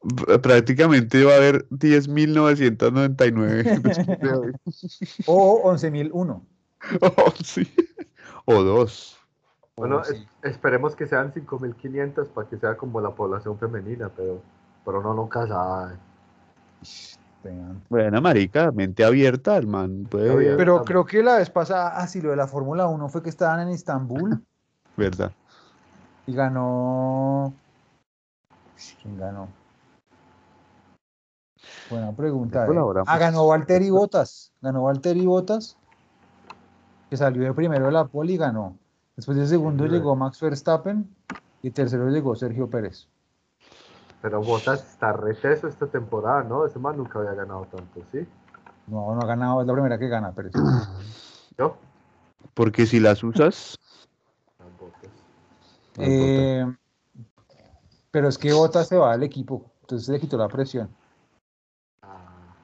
[SPEAKER 3] Pr- Prácticamente va a haber 10.999 después de hoy.
[SPEAKER 1] o 11.001.
[SPEAKER 3] Oh, sí. O dos.
[SPEAKER 2] Bueno,
[SPEAKER 1] O sí.
[SPEAKER 2] es- esperemos que sean 5.500 para que sea como la población femenina, pero, pero no nunca sabe.
[SPEAKER 1] Tengan.
[SPEAKER 3] Buena marica, mente abierta, el man puede
[SPEAKER 2] Está bien.
[SPEAKER 3] ver,
[SPEAKER 1] Pero
[SPEAKER 2] Estamos.
[SPEAKER 1] creo que la vez pasada, así lo de la Fórmula 1 fue que estaban en Estambul
[SPEAKER 3] ¿verdad?
[SPEAKER 1] y ganó. Ush, ¿Quién ganó? Buena pregunta.
[SPEAKER 3] Después
[SPEAKER 1] eh.
[SPEAKER 3] laboramos.
[SPEAKER 1] Ah, ganó Valtteri Botas. Ganó Valtteri Botas, que salió de primero de la poli y ganó. Después de segundo
[SPEAKER 2] Sí.
[SPEAKER 1] llegó Max Verstappen y tercero llegó Sergio Pérez.
[SPEAKER 2] Pero Botas está reteso esta temporada, ¿no? Ese man nunca había ganado tanto, ¿sí?
[SPEAKER 1] No, no ha ganado, es la primera que gana Pérez.
[SPEAKER 2] ¿Yo?
[SPEAKER 3] Porque si las usas,
[SPEAKER 2] Ah, Bottas.
[SPEAKER 3] no importa.
[SPEAKER 1] Eh, pero es que Botas se va del equipo, entonces le quitó la presión.
[SPEAKER 2] Ah.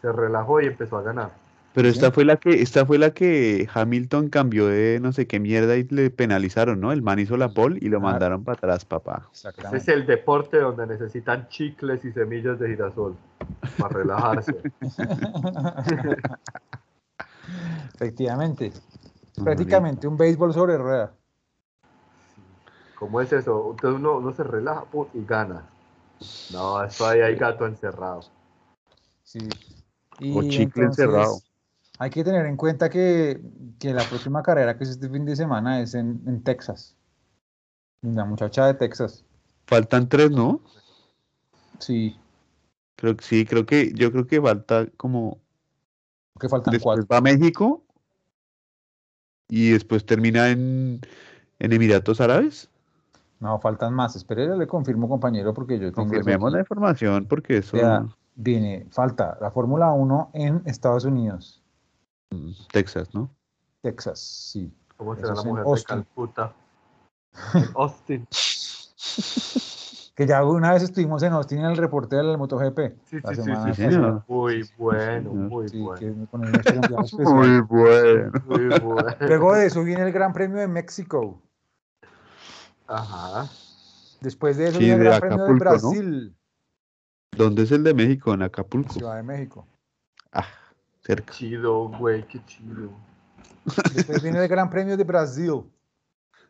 [SPEAKER 2] Se relajó y empezó a ganar.
[SPEAKER 3] pero esta
[SPEAKER 1] bien.
[SPEAKER 3] fue la que, esta fue la que Hamilton cambió de no sé qué mierda y le penalizaron, ¿no? El man hizo la pole y lo
[SPEAKER 1] Ah.
[SPEAKER 3] mandaron para atrás, papá.
[SPEAKER 2] Ese
[SPEAKER 1] Exactamente.
[SPEAKER 2] es el deporte donde necesitan chicles y semillas de girasol para relajarse.
[SPEAKER 1] Efectivamente.
[SPEAKER 3] Una
[SPEAKER 1] Prácticamente un béisbol sobre rueda.
[SPEAKER 2] ¿Cómo es eso? Entonces uno, uno se relaja pu, y gana. No, eso ahí hay gato encerrado.
[SPEAKER 1] Sí. Y
[SPEAKER 3] O chicle encerrado.
[SPEAKER 1] Hay que tener en cuenta que, que la próxima carrera que es este fin de semana es en, en Texas. La muchacha de Texas.
[SPEAKER 3] Faltan tres, ¿no?
[SPEAKER 1] Sí,
[SPEAKER 3] Creo que sí, creo que, yo creo que falta como
[SPEAKER 1] que faltan
[SPEAKER 3] después
[SPEAKER 1] cuatro.
[SPEAKER 3] va a México y después termina en, en Emiratos Árabes.
[SPEAKER 1] No, faltan más. Espere, le confirmo, compañero, porque yo tengo eso
[SPEAKER 3] Confirmemos
[SPEAKER 1] aquí.
[SPEAKER 3] la información porque eso
[SPEAKER 1] Vea, Viene, falta la Fórmula 1 en Estados Unidos.
[SPEAKER 3] Texas, ¿no?
[SPEAKER 1] Texas, sí.
[SPEAKER 2] ¿Cómo
[SPEAKER 1] Eso
[SPEAKER 2] será la
[SPEAKER 1] es en
[SPEAKER 2] mujer
[SPEAKER 1] Austin.
[SPEAKER 2] de Calcuta? En Austin.
[SPEAKER 1] Que ya una vez estuvimos en Austin en el reportero del MotoGP.
[SPEAKER 2] Sí,
[SPEAKER 1] la
[SPEAKER 2] sí, sí,
[SPEAKER 1] semana
[SPEAKER 2] sí,
[SPEAKER 3] pasada.
[SPEAKER 2] señor. Muy bueno,
[SPEAKER 3] señor.
[SPEAKER 2] muy
[SPEAKER 1] Sí,
[SPEAKER 2] bueno.
[SPEAKER 1] que me ponen un campeonato especial.
[SPEAKER 3] Muy bueno.
[SPEAKER 2] Muy bueno.
[SPEAKER 1] Luego de eso viene el Gran Premio de México.
[SPEAKER 2] Ajá.
[SPEAKER 1] Después de eso
[SPEAKER 3] Sí,
[SPEAKER 1] viene el
[SPEAKER 3] de
[SPEAKER 1] Gran Premio de
[SPEAKER 3] Acapulco, ¿no?
[SPEAKER 1] Brasil,
[SPEAKER 3] ¿Dónde es el de México? En Acapulco.
[SPEAKER 1] Ciudad de México.
[SPEAKER 3] Ah, cerca.
[SPEAKER 2] Chido, güey, qué chido.
[SPEAKER 1] Después viene el Gran Premio de Brasil.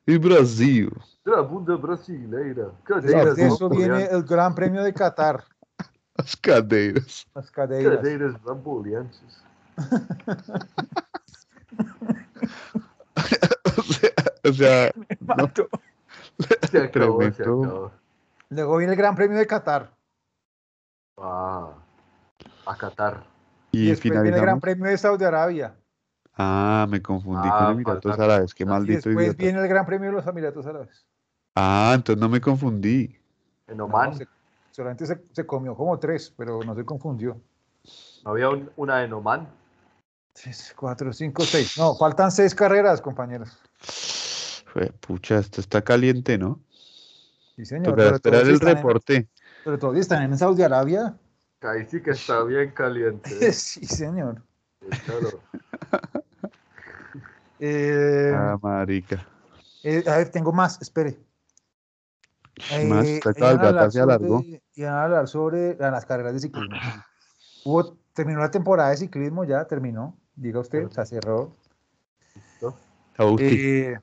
[SPEAKER 3] Y Brasil.
[SPEAKER 2] La bunda brasileira. ¿Qué
[SPEAKER 1] Después de
[SPEAKER 3] Brasil.
[SPEAKER 1] eso viene el Gran Premio de Qatar.
[SPEAKER 3] Las caderas.
[SPEAKER 1] Las cadeiras.
[SPEAKER 2] Cadeiras bamboleantes.
[SPEAKER 3] O sea, o sea,
[SPEAKER 1] Mato.
[SPEAKER 2] Se acabó, se
[SPEAKER 3] Tremendo.
[SPEAKER 2] acabó.
[SPEAKER 1] Luego viene el Gran Premio de Qatar.
[SPEAKER 2] Ah, a Qatar.
[SPEAKER 1] Y
[SPEAKER 3] y
[SPEAKER 1] después viene el Gran
[SPEAKER 3] finalizamos.
[SPEAKER 1] Premio de Saudi Arabia.
[SPEAKER 3] Ah, me confundí
[SPEAKER 2] Ah,
[SPEAKER 3] con Emiratos
[SPEAKER 2] falta-
[SPEAKER 3] Árabes. Qué
[SPEAKER 1] Y
[SPEAKER 3] maldito
[SPEAKER 1] después
[SPEAKER 3] idiota.
[SPEAKER 1] viene el Gran Premio de los Emiratos Árabes.
[SPEAKER 3] Ah, entonces no me confundí.
[SPEAKER 2] En
[SPEAKER 1] No,
[SPEAKER 2] Oman.
[SPEAKER 1] se- solamente se, se comió como tres, pero no se confundió.
[SPEAKER 2] ¿No había un- una en Oman?
[SPEAKER 1] Tres, cuatro, cinco, seis. No, faltan seis carreras, compañeros.
[SPEAKER 3] Jue- Pucha, esto está caliente, ¿no?
[SPEAKER 1] Sí, señor.
[SPEAKER 3] Tocará
[SPEAKER 1] sobre todo
[SPEAKER 3] esperar
[SPEAKER 1] si
[SPEAKER 3] el
[SPEAKER 1] están en-
[SPEAKER 3] reporte.
[SPEAKER 1] Pero todavía están en Saudi Arabia.
[SPEAKER 2] Ahí sí que está bien caliente.
[SPEAKER 1] Sí, señor.
[SPEAKER 2] Échalo.
[SPEAKER 1] Eh,
[SPEAKER 3] Ah, marica.
[SPEAKER 1] eh, a ver, tengo más, espere.
[SPEAKER 3] Más,
[SPEAKER 1] Eh,
[SPEAKER 3] saca
[SPEAKER 1] iban a
[SPEAKER 3] el gato,
[SPEAKER 1] hablar
[SPEAKER 3] se alargó.
[SPEAKER 1] sobre- Iban a hablar sobre la- las carreras de ciclismo. Hubo- terminó la temporada de ciclismo, ya terminó. Diga usted, se cerró.
[SPEAKER 3] Auti.
[SPEAKER 1] Eh,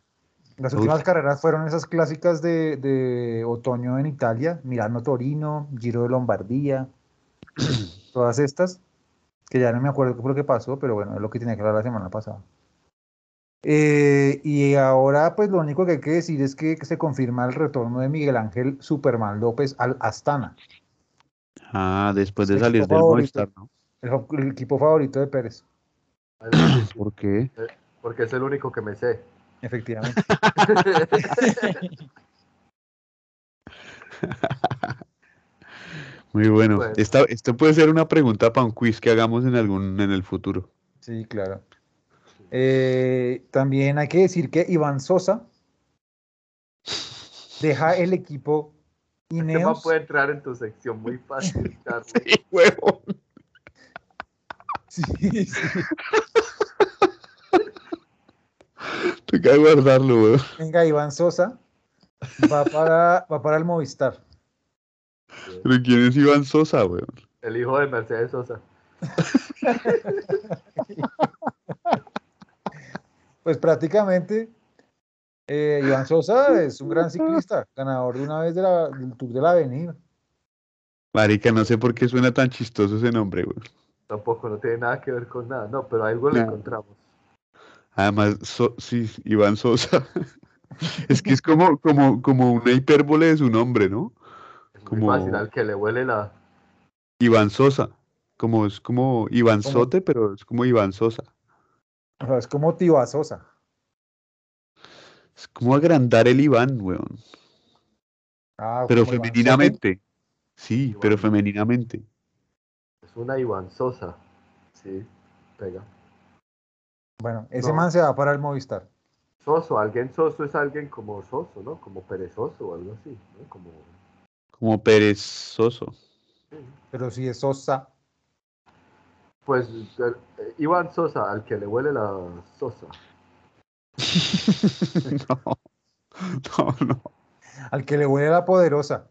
[SPEAKER 1] las
[SPEAKER 3] Uy.
[SPEAKER 1] últimas carreras fueron esas clásicas de, de otoño en Italia, Milano Torino, Giro de Lombardía, todas estas, que ya no me acuerdo qué fue lo que pasó, pero bueno, es lo que tenía que hablar la semana pasada. Eh, y ahora, pues lo único que hay que decir es que se confirma el retorno de Miguel Ángel Superman López al Astana,
[SPEAKER 3] Ah, después de
[SPEAKER 1] Sexto
[SPEAKER 3] salir del
[SPEAKER 1] favorito.
[SPEAKER 3] Movistar, ¿no?
[SPEAKER 1] el, jo- el equipo favorito de Pérez,
[SPEAKER 3] ¿Por qué?
[SPEAKER 2] Porque es el único que me sé.
[SPEAKER 1] efectivamente.
[SPEAKER 3] Muy bueno.
[SPEAKER 2] Bueno.
[SPEAKER 3] Esta, esto puede ser una pregunta para un quiz que hagamos en algún en el futuro.
[SPEAKER 1] Sí, claro. Eh, también hay que decir que Iván Sosa deja el equipo
[SPEAKER 2] ¿Qué pues? más
[SPEAKER 1] Ineos.
[SPEAKER 2] puede entrar en tu sección? Muy fácil, Carlos.
[SPEAKER 3] Huevo.
[SPEAKER 4] Sí, sí.
[SPEAKER 3] Te cae guardarlo, weón.
[SPEAKER 1] Venga, Iván Sosa va para, va para el Movistar.
[SPEAKER 3] Pero ¿quién es Iván Sosa, weón?
[SPEAKER 2] El hijo de Mercedes Sosa.
[SPEAKER 1] Pues prácticamente eh, Iván Sosa es un gran ciclista, ganador de una vez de la- del Tour de la Avenida.
[SPEAKER 3] Marica, no sé por qué suena tan chistoso ese nombre, weón.
[SPEAKER 2] Tampoco, no tiene nada que ver con nada. No, pero algo lo
[SPEAKER 3] Nada.
[SPEAKER 2] encontramos.
[SPEAKER 3] Además, So- sí, Iván Sosa. Es que es como, como, como una hipérbole de su nombre, ¿no?
[SPEAKER 2] Es muy
[SPEAKER 3] Como-
[SPEAKER 2] fácil al que le huele la.
[SPEAKER 3] Iván Sosa. Como es como Iván
[SPEAKER 1] Como-
[SPEAKER 3] Sote, pero es como Iván Sosa.
[SPEAKER 1] O sea, es como Tío Sosa.
[SPEAKER 3] Es como agrandar el Iván, weón.
[SPEAKER 1] Ah, como
[SPEAKER 3] Pero
[SPEAKER 1] Iván Sosa.
[SPEAKER 3] femeninamente. Sí,
[SPEAKER 2] Iván.
[SPEAKER 3] pero femeninamente.
[SPEAKER 2] Es una Iván Sosa. Sí, pega.
[SPEAKER 1] Bueno, ese
[SPEAKER 2] No.
[SPEAKER 1] man se va para el Movistar.
[SPEAKER 2] Soso, alguien soso es alguien como soso, ¿no? Como perezoso o algo así, ¿no? Como.
[SPEAKER 3] Como perezoso.
[SPEAKER 1] Pero si es Sosa,
[SPEAKER 2] Pues eh, eh, Iván Sosa, al que le huele la sosa.
[SPEAKER 3] no. No, no.
[SPEAKER 1] al que le huele la poderosa.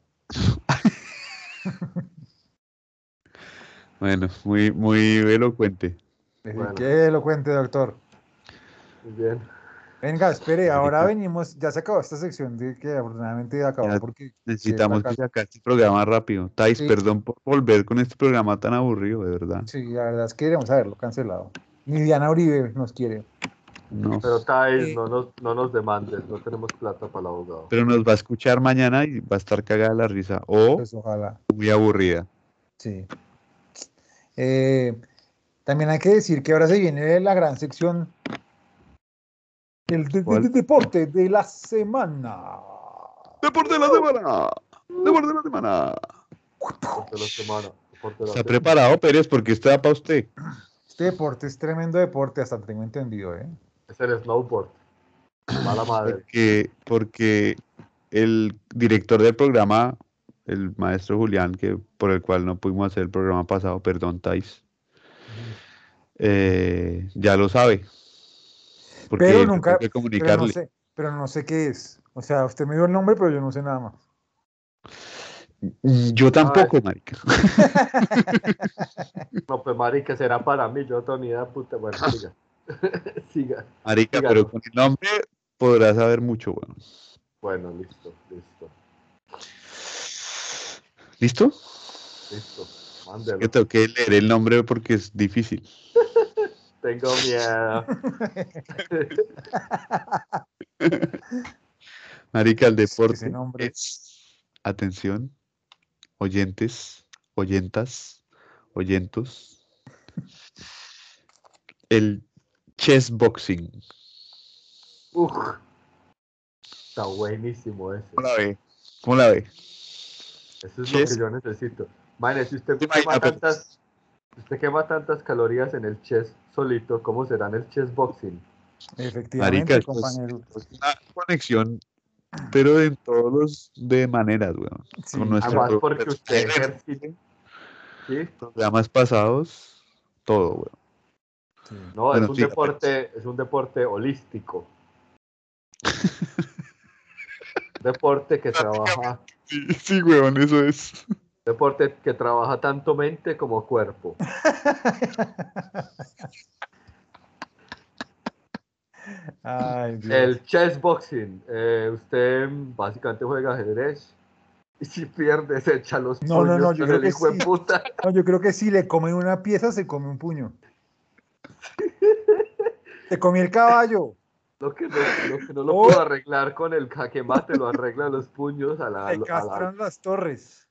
[SPEAKER 3] Bueno, muy, muy elocuente.
[SPEAKER 1] Es
[SPEAKER 2] Bueno.
[SPEAKER 1] Qué elocuente, doctor.
[SPEAKER 2] Muy bien.
[SPEAKER 1] Venga, espere, ahora
[SPEAKER 3] Ahorita.
[SPEAKER 1] venimos, ya se acabó esta sección de que afortunadamente acabó
[SPEAKER 3] pues. Ya.
[SPEAKER 1] porque
[SPEAKER 3] Necesitamos
[SPEAKER 1] acá.
[SPEAKER 3] que sacar este programa rápido. Tais,
[SPEAKER 1] Sí.
[SPEAKER 3] perdón por volver con este programa tan aburrido, de verdad.
[SPEAKER 1] sí, la verdad es que queríamos haberlo cancelado. Ni Diana Uribe nos quiere.
[SPEAKER 3] No.
[SPEAKER 2] Pero Thais,
[SPEAKER 1] Eh.
[SPEAKER 2] no nos, no nos demandes, no tenemos plata para el abogado.
[SPEAKER 3] Pero nos va a escuchar mañana y va a estar cagada la risa. O
[SPEAKER 1] Pues ojalá.
[SPEAKER 3] muy aburrida.
[SPEAKER 1] Sí. Eh, también hay que decir que ahora se viene la gran sección el de- de-
[SPEAKER 3] ¿Cuál?
[SPEAKER 1] de- deporte de la semana.
[SPEAKER 3] ¡Deporte de la semana! ¡Deporte de la semana!
[SPEAKER 2] Aporte de la semana. aporte de la
[SPEAKER 3] ¿Está
[SPEAKER 2] semana.
[SPEAKER 3] preparado, Pérez? Porque está para usted.
[SPEAKER 1] Este deporte es tremendo deporte, hasta tengo entendido, ¿eh?
[SPEAKER 2] Es el snowboard. Mala madre.
[SPEAKER 3] Porque, porque el director del programa, el maestro Julián, que, por el cual no pudimos hacer el programa pasado, perdón, Tais, eh, ya lo sabe. Porque
[SPEAKER 1] Pero
[SPEAKER 3] no
[SPEAKER 1] nunca-
[SPEAKER 3] puede
[SPEAKER 1] Pero no
[SPEAKER 3] comunicarle.
[SPEAKER 1] sé, pero no sé qué es. O sea, usted me dio el nombre, pero yo no sé nada más.
[SPEAKER 3] Mm, Yo tampoco, marica.
[SPEAKER 2] No, pues Mari, que será para mí, yo no tengo ni idea, puta. Bueno, siga. siga.
[SPEAKER 3] Marica,
[SPEAKER 2] Dígalo.
[SPEAKER 3] pero con el nombre podrás saber mucho, bueno.
[SPEAKER 2] Bueno, listo, listo,
[SPEAKER 3] ¿Listo?
[SPEAKER 2] listo.
[SPEAKER 3] Que
[SPEAKER 2] Mándelo.
[SPEAKER 3] tengo que leer el nombre porque es difícil.
[SPEAKER 2] Tengo miedo.
[SPEAKER 3] Marica,
[SPEAKER 1] Es
[SPEAKER 3] el
[SPEAKER 1] que ese
[SPEAKER 3] deporte
[SPEAKER 1] nombre-
[SPEAKER 3] es, atención, oyentes, oyentas, oyentos, el chess boxing.
[SPEAKER 2] Uf. Está buenísimo ese.
[SPEAKER 3] ¿Cómo la ve? ¿Cómo la ve?
[SPEAKER 2] Eso es
[SPEAKER 3] Chess.
[SPEAKER 2] lo que yo necesito. Mane, si usted
[SPEAKER 3] ¿Te
[SPEAKER 2] quema
[SPEAKER 3] imaginas, Pérez?
[SPEAKER 2] tantas, si usted quema tantas calorías en el chess solito, ¿cómo será en el chess boxing?
[SPEAKER 1] Efectivamente,
[SPEAKER 3] Marica,
[SPEAKER 1] compañero.
[SPEAKER 3] Una conexión, pero en todos los de maneras, weón.
[SPEAKER 1] Sí.
[SPEAKER 3] con nuestro
[SPEAKER 2] Además,
[SPEAKER 3] pro-
[SPEAKER 2] porque usted ejercita. ¿Sí?
[SPEAKER 3] programas pasados, todo, weón.
[SPEAKER 1] Sí.
[SPEAKER 2] No,
[SPEAKER 3] Bueno,
[SPEAKER 2] es un
[SPEAKER 3] sí,
[SPEAKER 2] deporte, es un deporte holístico. deporte que trabaja,
[SPEAKER 3] Sí, sí, weón, eso es.
[SPEAKER 2] deporte que trabaja tanto mente como cuerpo.
[SPEAKER 1] Ay, Dios.
[SPEAKER 2] El chess boxing, eh, usted mm, básicamente juega ajedrez y si pierde se echa los
[SPEAKER 1] No, no, no,
[SPEAKER 2] puños
[SPEAKER 1] yo
[SPEAKER 2] con
[SPEAKER 1] creo
[SPEAKER 2] el
[SPEAKER 1] que
[SPEAKER 2] hijo de
[SPEAKER 1] sí.
[SPEAKER 2] puta.
[SPEAKER 1] No, yo creo que si le comen una pieza, se come un puño. Te comí el caballo.
[SPEAKER 2] Lo que no lo, que no lo
[SPEAKER 1] Oh.
[SPEAKER 2] pudo arreglar con el jaque mate lo arregla a los puños a la... a
[SPEAKER 1] Te
[SPEAKER 2] la- a la-
[SPEAKER 1] castran las torres.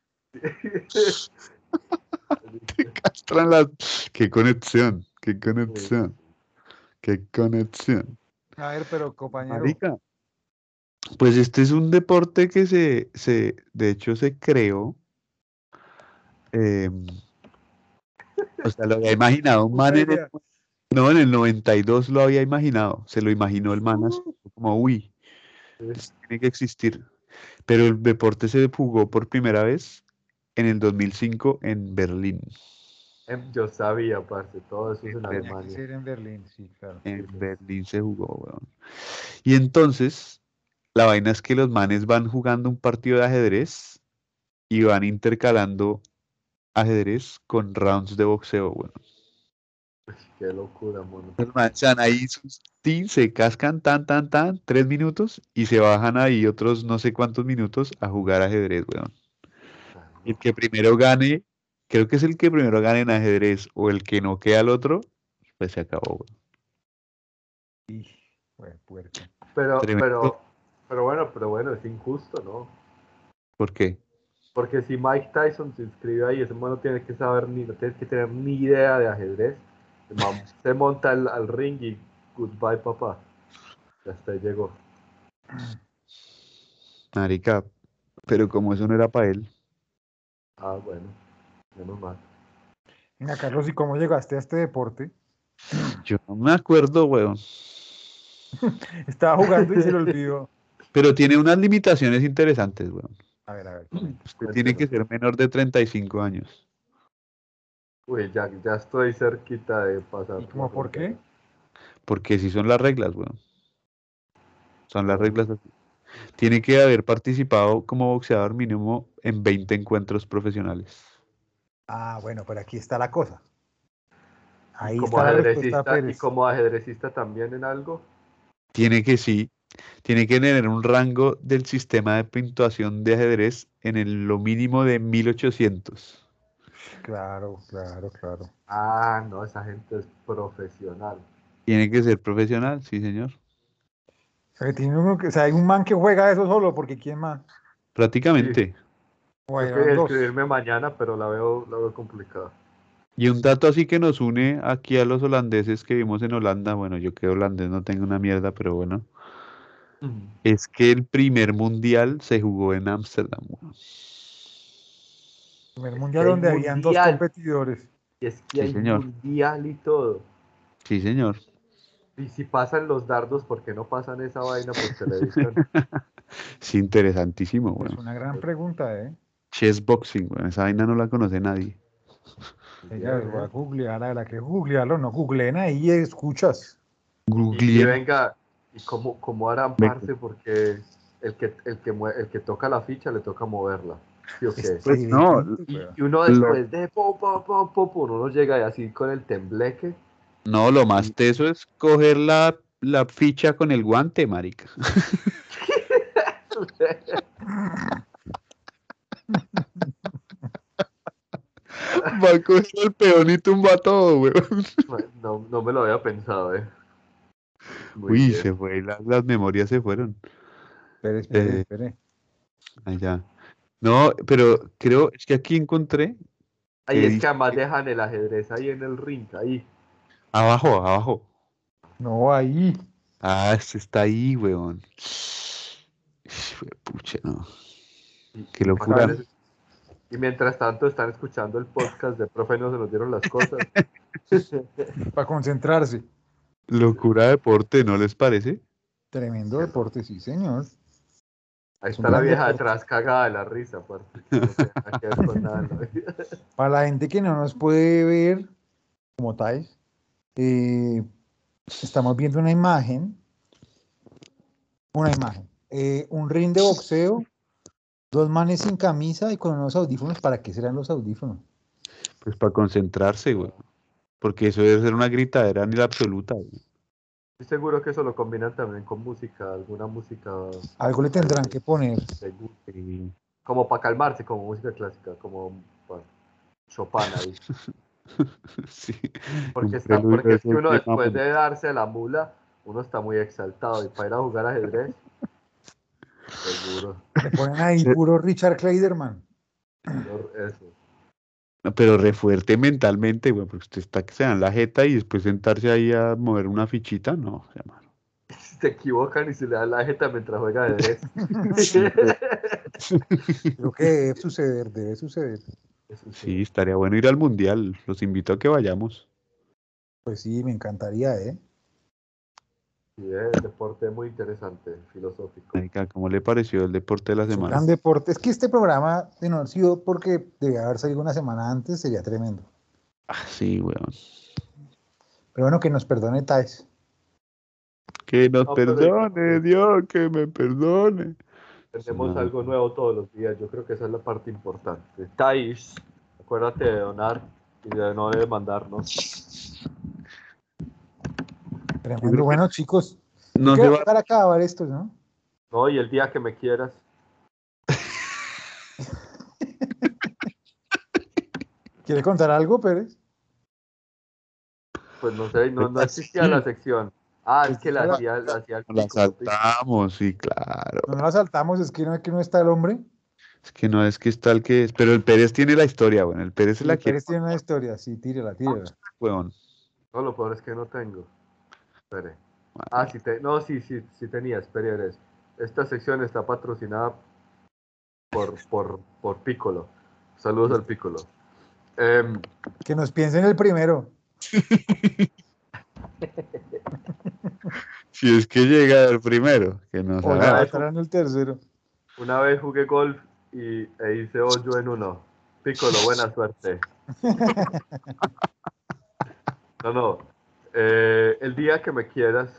[SPEAKER 3] Castran las. Qué conexión, qué conexión, qué conexión.
[SPEAKER 1] A ver, pero compañero.
[SPEAKER 3] Marica. Pues este es un deporte que se, se de hecho, se creó. em, o sea, lo había imaginado un man en el,
[SPEAKER 1] idea.
[SPEAKER 3] no, en el 92 lo había imaginado. Se lo imaginó el man así, como, uy, esto tiene que existir. Pero el deporte se jugó por primera vez en el 2005 en Berlín.
[SPEAKER 2] Em, Yo sabía, parce, todo eso es en
[SPEAKER 3] Tenía que
[SPEAKER 1] Tenía que
[SPEAKER 2] Alemania.
[SPEAKER 1] ser en Berlín, sí, claro.
[SPEAKER 3] En
[SPEAKER 2] sí.
[SPEAKER 3] Berlín se jugó, weón. Y entonces, la vaina es que los manes van jugando un partido de ajedrez y van intercalando ajedrez con rounds de boxeo, weón.
[SPEAKER 2] Qué locura, mono.
[SPEAKER 3] Los manes se dan ahí sus tin, se cascan tan, tan, tan, tres minutos y se bajan ahí otros no sé cuántos minutos a jugar ajedrez, weón. Y El que primero gane, creo que es el que primero gane en ajedrez o el que no queda al otro, pues se acabó, weón.
[SPEAKER 1] Bueno,
[SPEAKER 2] Pero,
[SPEAKER 3] Tremendo.
[SPEAKER 2] pero, pero bueno, pero bueno, es injusto, ¿no?
[SPEAKER 3] ¿Por qué?
[SPEAKER 2] Porque si Mike Tyson se inscribe ahí, ese man no tiene que saber ni, no tiene que tener ni idea de ajedrez. El man se monta al, al ring y goodbye, papá. Ya hasta ahí llegó.
[SPEAKER 3] Marica, pero como eso no era para él.
[SPEAKER 2] Ah, bueno, menos mal.
[SPEAKER 1] Venga, Carlos, ¿y cómo llegaste a este deporte?
[SPEAKER 3] Yo no me acuerdo, weón.
[SPEAKER 1] Estaba jugando y se le olvidó.
[SPEAKER 3] Pero tiene unas limitaciones interesantes, weón.
[SPEAKER 1] A ver, a ver.
[SPEAKER 3] Usted tiene que ser menor de 35 años.
[SPEAKER 2] Uy, ya, ya estoy cerquita de pasar.
[SPEAKER 1] ¿Y cómo por qué?
[SPEAKER 3] Porque si son las reglas, weón. Son las reglas así. Tiene que haber participado como boxeador mínimo en 20 encuentros profesionales.
[SPEAKER 1] Ah, bueno, pero aquí está la cosa. Ahí
[SPEAKER 2] Como
[SPEAKER 1] está la respuesta,
[SPEAKER 2] ajedrecista, y
[SPEAKER 1] Pérez.
[SPEAKER 2] como ajedrecista también en algo.
[SPEAKER 3] Tiene que sí, tiene que tener un rango del sistema de puntuación de ajedrez en el- lo mínimo de 1800.
[SPEAKER 1] Claro, claro, claro.
[SPEAKER 2] Ah, no, esa gente es profesional.
[SPEAKER 3] Tiene que ser profesional, sí, señor.
[SPEAKER 1] O sea, que tiene uno que- o sea, hay un man que juega eso solo, porque ¿quién más?
[SPEAKER 3] Prácticamente.
[SPEAKER 2] Yo
[SPEAKER 1] Bueno,
[SPEAKER 2] quería
[SPEAKER 1] dos.
[SPEAKER 2] escribirme mañana, pero la veo, la veo complicada.
[SPEAKER 3] Y un dato así que nos une aquí a los holandeses que vimos en Holanda, bueno, yo que holandés no tengo una mierda, pero bueno, es que el primer mundial se jugó en Ámsterdam. weón.
[SPEAKER 1] Primer mundial
[SPEAKER 2] hay
[SPEAKER 1] donde habían dos
[SPEAKER 2] mundial.
[SPEAKER 1] competidores.
[SPEAKER 2] Y es que
[SPEAKER 3] Sí,
[SPEAKER 2] hay
[SPEAKER 3] señor.
[SPEAKER 2] mundial y todo.
[SPEAKER 3] Sí, señor.
[SPEAKER 2] Y si pasan los dardos, ¿por qué no pasan esa vaina Pues por televisión?
[SPEAKER 3] Sí, interesantísimo,
[SPEAKER 1] Es
[SPEAKER 3] bueno.
[SPEAKER 1] Pues una
[SPEAKER 2] pues,
[SPEAKER 1] gran pregunta, ¿eh?
[SPEAKER 3] Chess boxing, weón, esa vaina no la conoce nadie.
[SPEAKER 1] Ella voy a googlear, a la que googlearlo, no googleen ahí y escuchas.
[SPEAKER 2] Y, y
[SPEAKER 3] Google.
[SPEAKER 2] venga, ¿y cómo, cómo harán
[SPEAKER 3] Venga.
[SPEAKER 2] parce? Porque el que, el, que mue- el que toca la ficha le toca moverla. ¿Sí o qué?
[SPEAKER 3] Pues no,
[SPEAKER 2] Y, y uno después de po, po, po, po, po, uno llega y así con el tembleque.
[SPEAKER 3] No, lo más teso es coger la, la ficha con el guante, marica. Va a coger el peón y tumba todo, weón.
[SPEAKER 2] No, no me lo había pensado, eh. Muy
[SPEAKER 3] Uy,
[SPEAKER 2] bien.
[SPEAKER 3] se fue, la- las memorias se fueron.
[SPEAKER 1] Espere,
[SPEAKER 3] Eh.
[SPEAKER 1] espere, espere.
[SPEAKER 3] Allá. No, pero creo, es que aquí encontré,
[SPEAKER 2] Ahí es
[SPEAKER 3] dice-
[SPEAKER 2] que además dejan el ajedrez ahí en el ring, ahí.
[SPEAKER 3] abajo, abajo.
[SPEAKER 1] No, ahí.
[SPEAKER 3] Ah, este está ahí, weón. Pucha, no. Qué locura.
[SPEAKER 2] Acá- Y mientras tanto están escuchando el podcast de profe no se nos dieron las cosas.
[SPEAKER 1] Para concentrarse.
[SPEAKER 3] Locura deporte, ¿no les parece?
[SPEAKER 1] Tremendo deporte, sí, señor.
[SPEAKER 2] Ahí
[SPEAKER 1] Es un
[SPEAKER 2] está la
[SPEAKER 1] gran
[SPEAKER 2] vieja
[SPEAKER 1] deporte.
[SPEAKER 2] atrás cagada de la risa, aparte. No tiene nada que ver con nada en la vida.
[SPEAKER 1] Para la gente que no nos puede ver como tal, eh, estamos viendo una imagen, una imagen, eh, un ring de boxeo, dos manes sin camisa y con unos audífonos. ¿Para qué serán los audífonos?
[SPEAKER 3] Pues para concentrarse, weón. Porque eso debe ser una gritadera ni la absoluta. weón.
[SPEAKER 2] Estoy seguro que eso lo combinan también con música, alguna música
[SPEAKER 1] Algo le tendrán que poner.
[SPEAKER 2] segura. Como para calmarse, como música clásica, como para Chopin ahí.
[SPEAKER 3] Sí. Un
[SPEAKER 2] Porque, está,
[SPEAKER 3] preludio
[SPEAKER 2] porque es que
[SPEAKER 3] de
[SPEAKER 2] uno
[SPEAKER 3] Sergio
[SPEAKER 2] después
[SPEAKER 3] Ramos.
[SPEAKER 2] de darse la mula, uno está muy exaltado. Y para ir a jugar ajedrez, seguro.
[SPEAKER 1] Le ponen ahí puro Richard Kleiderman.
[SPEAKER 2] seguro Eso.
[SPEAKER 3] No, Pero re fuerte mentalmente, weón, porque usted está que se dan la jeta y después sentarse ahí a mover una fichita, no, hermano.
[SPEAKER 2] Si te equivocan y se le da la jeta mientras juega ajedrez.
[SPEAKER 1] Lo que debe suceder, debe suceder.
[SPEAKER 2] Eso
[SPEAKER 3] Sí, estaría bueno ir al mundial. Los invito a que vayamos.
[SPEAKER 1] Pues sí, me encantaría, ¿eh?
[SPEAKER 2] Sí, es un deporte muy interesante, filosófico.
[SPEAKER 3] Marica, ¿cómo le pareció el deporte de la
[SPEAKER 1] Es un
[SPEAKER 3] semana?
[SPEAKER 1] gran deporte. Es que este programa de no haber sido porque debía haber salido una semana antes, sería tremendo.
[SPEAKER 3] Ah, sí, weón.
[SPEAKER 1] Pero bueno, que nos perdone Thais.
[SPEAKER 3] Que nos
[SPEAKER 2] No, pero-
[SPEAKER 3] perdone, Dios, que me perdone.
[SPEAKER 2] Tenemos
[SPEAKER 3] Nada.
[SPEAKER 2] algo nuevo todos los días. Yo creo que esa es la parte importante. Thais, acuérdate de donar y de no de mandarnos.
[SPEAKER 1] Tremendo. Bueno, chicos,
[SPEAKER 3] No se
[SPEAKER 1] creo
[SPEAKER 3] va
[SPEAKER 1] que para acabar esto, ¿no?
[SPEAKER 2] No, y el día que me quieras.
[SPEAKER 1] ¿Quiere contar algo, Pérez?
[SPEAKER 2] Pues no sé, no, no existía la sección. Ah, es que la hacía, la hacía el
[SPEAKER 3] Nos Pues, la
[SPEAKER 2] pico, puta.
[SPEAKER 3] saltamos, sí, claro.
[SPEAKER 1] No nos saltamos, es que no, que no está el hombre.
[SPEAKER 3] Es que no es que es tal que es. Pero el Pérez tiene la historia, bueno. El Pérez se la
[SPEAKER 1] El
[SPEAKER 3] quiere,
[SPEAKER 1] Pérez tiene una historia, sí, tírela, tírela.
[SPEAKER 3] weón.
[SPEAKER 2] No, lo peor es que no tengo. Espere. Ah, sí, te, no, sí, sí, sí tenía, espere, eres. Esta sección está patrocinada por, por, por Piccolo. Saludos al Piccolo. Em,
[SPEAKER 1] Que nos piensen el primero.
[SPEAKER 3] Si es que llega el primero, que nos
[SPEAKER 1] O
[SPEAKER 3] haga.
[SPEAKER 1] ya
[SPEAKER 2] eso.
[SPEAKER 1] estarán el tercero.
[SPEAKER 2] una vez jugué golf y, e hice hoyo en uno. Piccolo, buena suerte. No, no. Eh, el día que me quieras.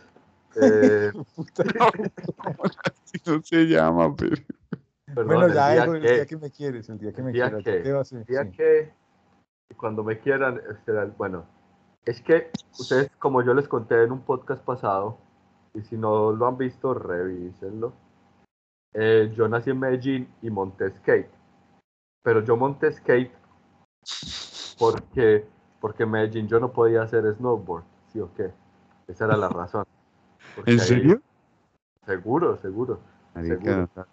[SPEAKER 2] eh,
[SPEAKER 1] Puta.
[SPEAKER 3] Así no se llama, Pérez.
[SPEAKER 2] perdón,
[SPEAKER 1] bueno,
[SPEAKER 2] el
[SPEAKER 1] ya
[SPEAKER 2] día
[SPEAKER 1] dejo el
[SPEAKER 2] que-
[SPEAKER 1] día que me quieres, el día que me
[SPEAKER 2] el día
[SPEAKER 1] quieras.
[SPEAKER 2] que-
[SPEAKER 1] ¿qué va a ser?
[SPEAKER 2] día
[SPEAKER 1] Sí.
[SPEAKER 2] que cuando me quieran, eh, será el- bueno, es que ustedes, como yo les conté en un podcast pasado, y si no lo han visto, revísenlo. Eh, yo nací en Medellín y monté skate, pero yo monté skate porque, porque en Medellín yo no podía hacer snowboard, ¿sí o qué? Esa era la razón. Porque
[SPEAKER 3] ¿En
[SPEAKER 2] ahí-
[SPEAKER 3] serio?
[SPEAKER 2] Seguro, seguro.
[SPEAKER 3] Marica,
[SPEAKER 2] Seguro.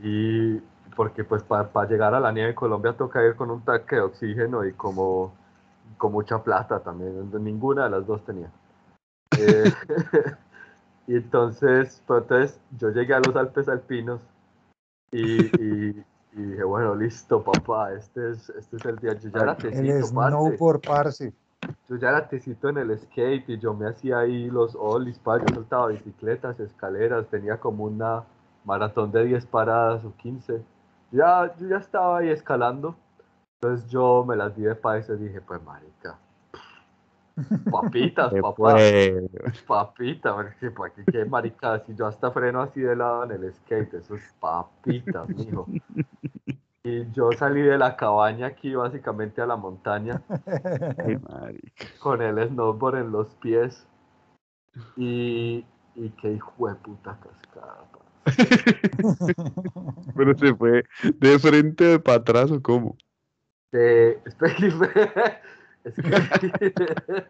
[SPEAKER 2] Y porque pues para llegar a la nieve en Colombia toca ir con un tanque de oxígeno y como con mucha plata también. Ninguna de las dos tenía. Eh, y entonces, pues, entonces yo llegué a los Alpes Alpinos y, y- y dije, bueno, listo, papá, este es, este es el día. Yo ya era
[SPEAKER 1] El
[SPEAKER 2] tecito, parce.
[SPEAKER 1] snowboard, parce.
[SPEAKER 2] Yo ya era tecito en el skate y yo me hacía ahí los ollies, pa, yo soltaba bicicletas, escaleras, tenía como una maratón de 10 paradas o 15. Ya, yo ya estaba ahí escalando, entonces yo me las di de paisa y dije, pues marica, papitas,
[SPEAKER 3] se
[SPEAKER 2] papá,
[SPEAKER 3] fue.
[SPEAKER 2] papita, porque pa' qué, qué marica, si yo hasta freno así de lado en el skate, eso es papitas, mijo. Y yo salí de la cabaña aquí básicamente a la montaña
[SPEAKER 3] Ay, marica.
[SPEAKER 2] con el snowboard en los pies y, y qué hijo de puta cascada. pa.
[SPEAKER 3] Pero se fue de frente o para atrás o cómo.
[SPEAKER 2] Eh, espera, es que,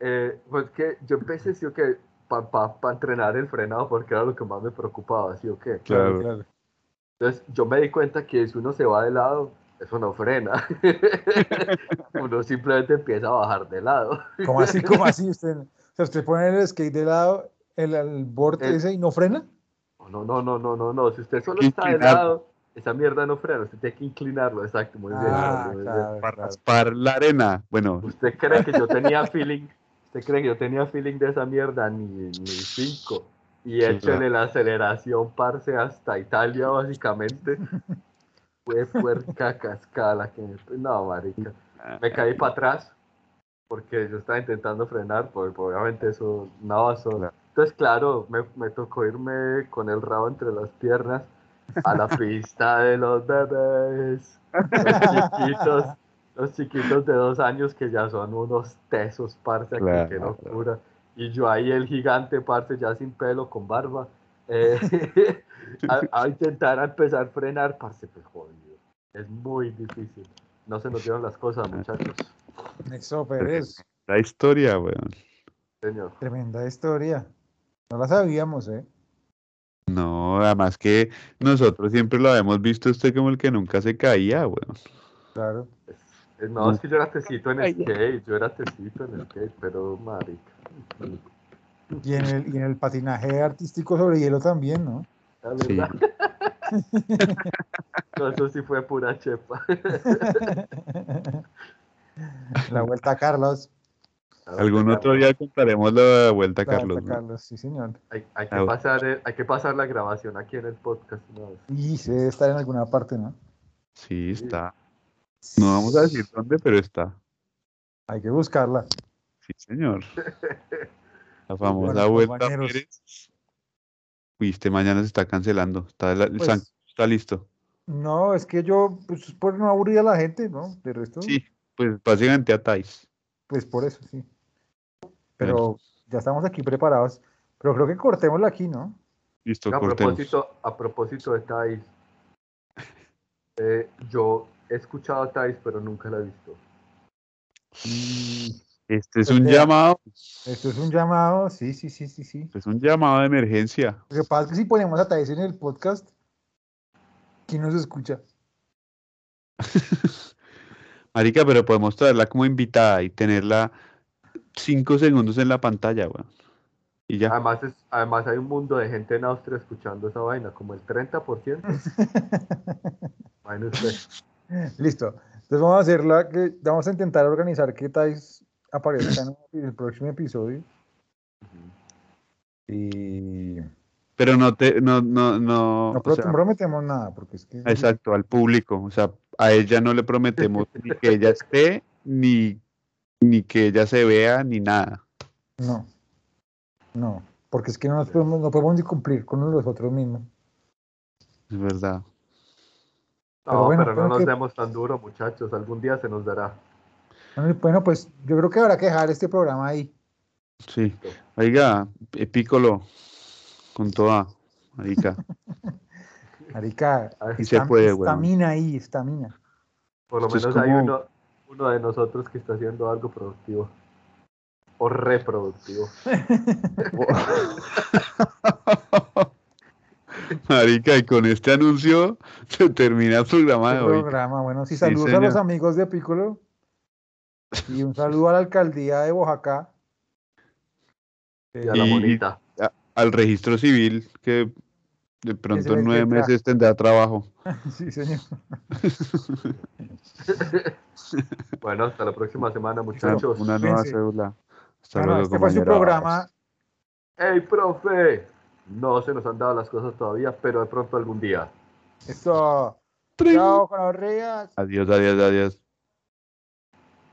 [SPEAKER 2] eh, pues que yo empecé, sí o que, para entrenar el frenado porque era lo que más me preocupaba, sí o qué.
[SPEAKER 3] Claro.
[SPEAKER 1] claro.
[SPEAKER 2] Entonces yo me di cuenta que si uno se va de lado, eso no frena. uno simplemente empieza a bajar de lado.
[SPEAKER 1] ¿Cómo así? ¿Cómo así? Usted, o sea, usted pone el skate de lado, el, el board
[SPEAKER 2] El-
[SPEAKER 1] ese y no frena.
[SPEAKER 2] No, no, no, no, no, no. Si usted solo
[SPEAKER 3] Hay que
[SPEAKER 2] está de
[SPEAKER 3] inclinarlo.
[SPEAKER 2] lado, esa mierda no frena. Usted tiene que inclinarlo, exacto. Muy bien.
[SPEAKER 1] Ah,
[SPEAKER 2] muy bien.
[SPEAKER 1] claro,
[SPEAKER 3] Para
[SPEAKER 1] claro.
[SPEAKER 3] raspar la arena. Bueno,
[SPEAKER 2] ¿Usted cree que yo tenía feeling? ¿Usted cree que yo tenía feeling de esa mierda? Ni, ni cinco. Y échale la aceleración, parce, hasta Italia, básicamente. Fue puerca cascada la que me... No, marica. Me caí para atrás porque yo estaba intentando frenar, porque obviamente eso, no, eso...
[SPEAKER 3] Claro.
[SPEAKER 2] Entonces, claro, me, me tocó irme con el rabo entre las piernas a la pista de los bebés. Los chiquitos, los chiquitos de dos años que ya son unos tesos, parce, aquí,
[SPEAKER 3] Claro,
[SPEAKER 2] qué locura. Y yo ahí el gigante, parce, ya sin pelo, con barba, eh, a, a intentar a empezar a frenar, parce, pues jodido. Es muy difícil. No se nos dieron las
[SPEAKER 3] Ah.
[SPEAKER 2] cosas, muchachos.
[SPEAKER 1] Nexo Pérez,
[SPEAKER 3] la historia, weón.
[SPEAKER 2] Señor.
[SPEAKER 1] tremenda historia. No la sabíamos, ¿eh?
[SPEAKER 3] No, además que nosotros siempre lo habíamos visto usted como el que nunca se caía, weón.
[SPEAKER 1] Claro.
[SPEAKER 2] Eh, No, es que yo era tecito en skate, yo era tecito en skate, pero marica.
[SPEAKER 1] Y en el, y en el patinaje artístico sobre hielo también, ¿no?
[SPEAKER 2] La
[SPEAKER 3] Sí.
[SPEAKER 2] verdad, eso sí fue pura chepa.
[SPEAKER 1] La vuelta a Carlos.
[SPEAKER 3] Algún otro día contaremos la vuelta,
[SPEAKER 1] La
[SPEAKER 3] Carlos.
[SPEAKER 1] vuelta a
[SPEAKER 3] ¿no?
[SPEAKER 1] Carlos, sí, señor.
[SPEAKER 2] Hay, hay
[SPEAKER 3] Ah,
[SPEAKER 2] que
[SPEAKER 3] bueno.
[SPEAKER 2] pasar, el- hay que pasar la grabación aquí en el podcast. ¿no?
[SPEAKER 1] Y se debe estar en alguna parte, ¿no?
[SPEAKER 3] Sí, está. No vamos a decir dónde, pero está.
[SPEAKER 1] Hay que buscarla.
[SPEAKER 3] Sí, señor. La famosa
[SPEAKER 1] Bueno,
[SPEAKER 3] vuelta.
[SPEAKER 1] compañeros.
[SPEAKER 3] Pérez. Uy, este mañana se está cancelando. Está, la- el
[SPEAKER 1] Pues-
[SPEAKER 3] San- está listo.
[SPEAKER 1] No, es que yo, pues por no aburrir a la gente, ¿no? De resto,
[SPEAKER 3] Sí, pues básicamente a Thais.
[SPEAKER 1] pues por eso, sí. Pero ya estamos aquí preparados. Pero creo que cortémoslo aquí, ¿no?
[SPEAKER 3] Listo,
[SPEAKER 2] a,
[SPEAKER 3] cortemos.
[SPEAKER 2] propósito, a propósito de Thais, eh, yo he escuchado a Thais, pero nunca la he visto.
[SPEAKER 3] Este es
[SPEAKER 1] Pues
[SPEAKER 3] un
[SPEAKER 1] vea.
[SPEAKER 3] llamado. este
[SPEAKER 1] Esto es un llamado, sí, sí, sí, sí, sí.
[SPEAKER 3] Es un llamado de emergencia.
[SPEAKER 1] Lo que pasa es que si ponemos a Thais en el podcast, ¿quién nos escucha?
[SPEAKER 3] Marica, pero podemos traerla como invitada y tenerla cinco segundos en la pantalla, weón. Y ya.
[SPEAKER 2] Además, es, además hay un mundo de gente en Austria escuchando esa vaina, como el 30%. Vaina usted.
[SPEAKER 1] Listo. Entonces vamos a hacerla, que, vamos a intentar organizar que Thais aparezca en el próximo episodio. Y
[SPEAKER 3] Pero no te, no, no, no.
[SPEAKER 1] no
[SPEAKER 3] o sea,
[SPEAKER 1] prometemos nada, porque es que...
[SPEAKER 3] exacto, al público. O sea, a ella no le prometemos ni que ella esté, ni, ni que ella se vea, ni nada.
[SPEAKER 1] No, no, porque es que no, nos podemos, no podemos ni cumplir con nosotros mismos.
[SPEAKER 3] Es verdad.
[SPEAKER 1] Pero
[SPEAKER 2] No, pero,
[SPEAKER 1] bueno, creo
[SPEAKER 2] no nos
[SPEAKER 1] que-
[SPEAKER 2] demos tan duro, muchachos. Algún día se nos dará.
[SPEAKER 1] Bueno, Bueno, pues yo creo que habrá que dejar este programa ahí.
[SPEAKER 3] Sí. Oiga, Epícolo, con toda. Marica.
[SPEAKER 1] Marica,
[SPEAKER 3] Y se puede, weón.
[SPEAKER 1] estamina ahí, estamina.
[SPEAKER 2] Por lo
[SPEAKER 3] Esto es
[SPEAKER 2] menos hay
[SPEAKER 3] como-
[SPEAKER 2] uno, uno de nosotros que está haciendo algo productivo. O reproductivo.
[SPEAKER 3] Marica, y con este anuncio se termina el programa de
[SPEAKER 1] Este
[SPEAKER 3] hoy.
[SPEAKER 1] programa, bueno, sí, saludos a
[SPEAKER 3] señor.
[SPEAKER 1] los amigos de Piccolo y un saludo a la alcaldía de Oaxaca.
[SPEAKER 2] Y a la
[SPEAKER 3] Y-
[SPEAKER 2] bonita.
[SPEAKER 3] Al registro civil, que de pronto
[SPEAKER 1] les
[SPEAKER 3] en nueve
[SPEAKER 1] vendrá.
[SPEAKER 3] meses tendrá trabajo.
[SPEAKER 1] Sí, señor.
[SPEAKER 2] Bueno, hasta la próxima semana, muchachos.
[SPEAKER 3] Una nueva
[SPEAKER 1] Cuídense.
[SPEAKER 3] cédula. Hasta
[SPEAKER 1] Bueno,
[SPEAKER 3] luego,
[SPEAKER 1] este fue su
[SPEAKER 3] compañeros.
[SPEAKER 1] programa.
[SPEAKER 2] ¡Hey, profe! No se nos han dado las cosas todavía, pero de pronto algún día.
[SPEAKER 1] Esto. Chao, con las
[SPEAKER 3] Adiós, adiós, adiós.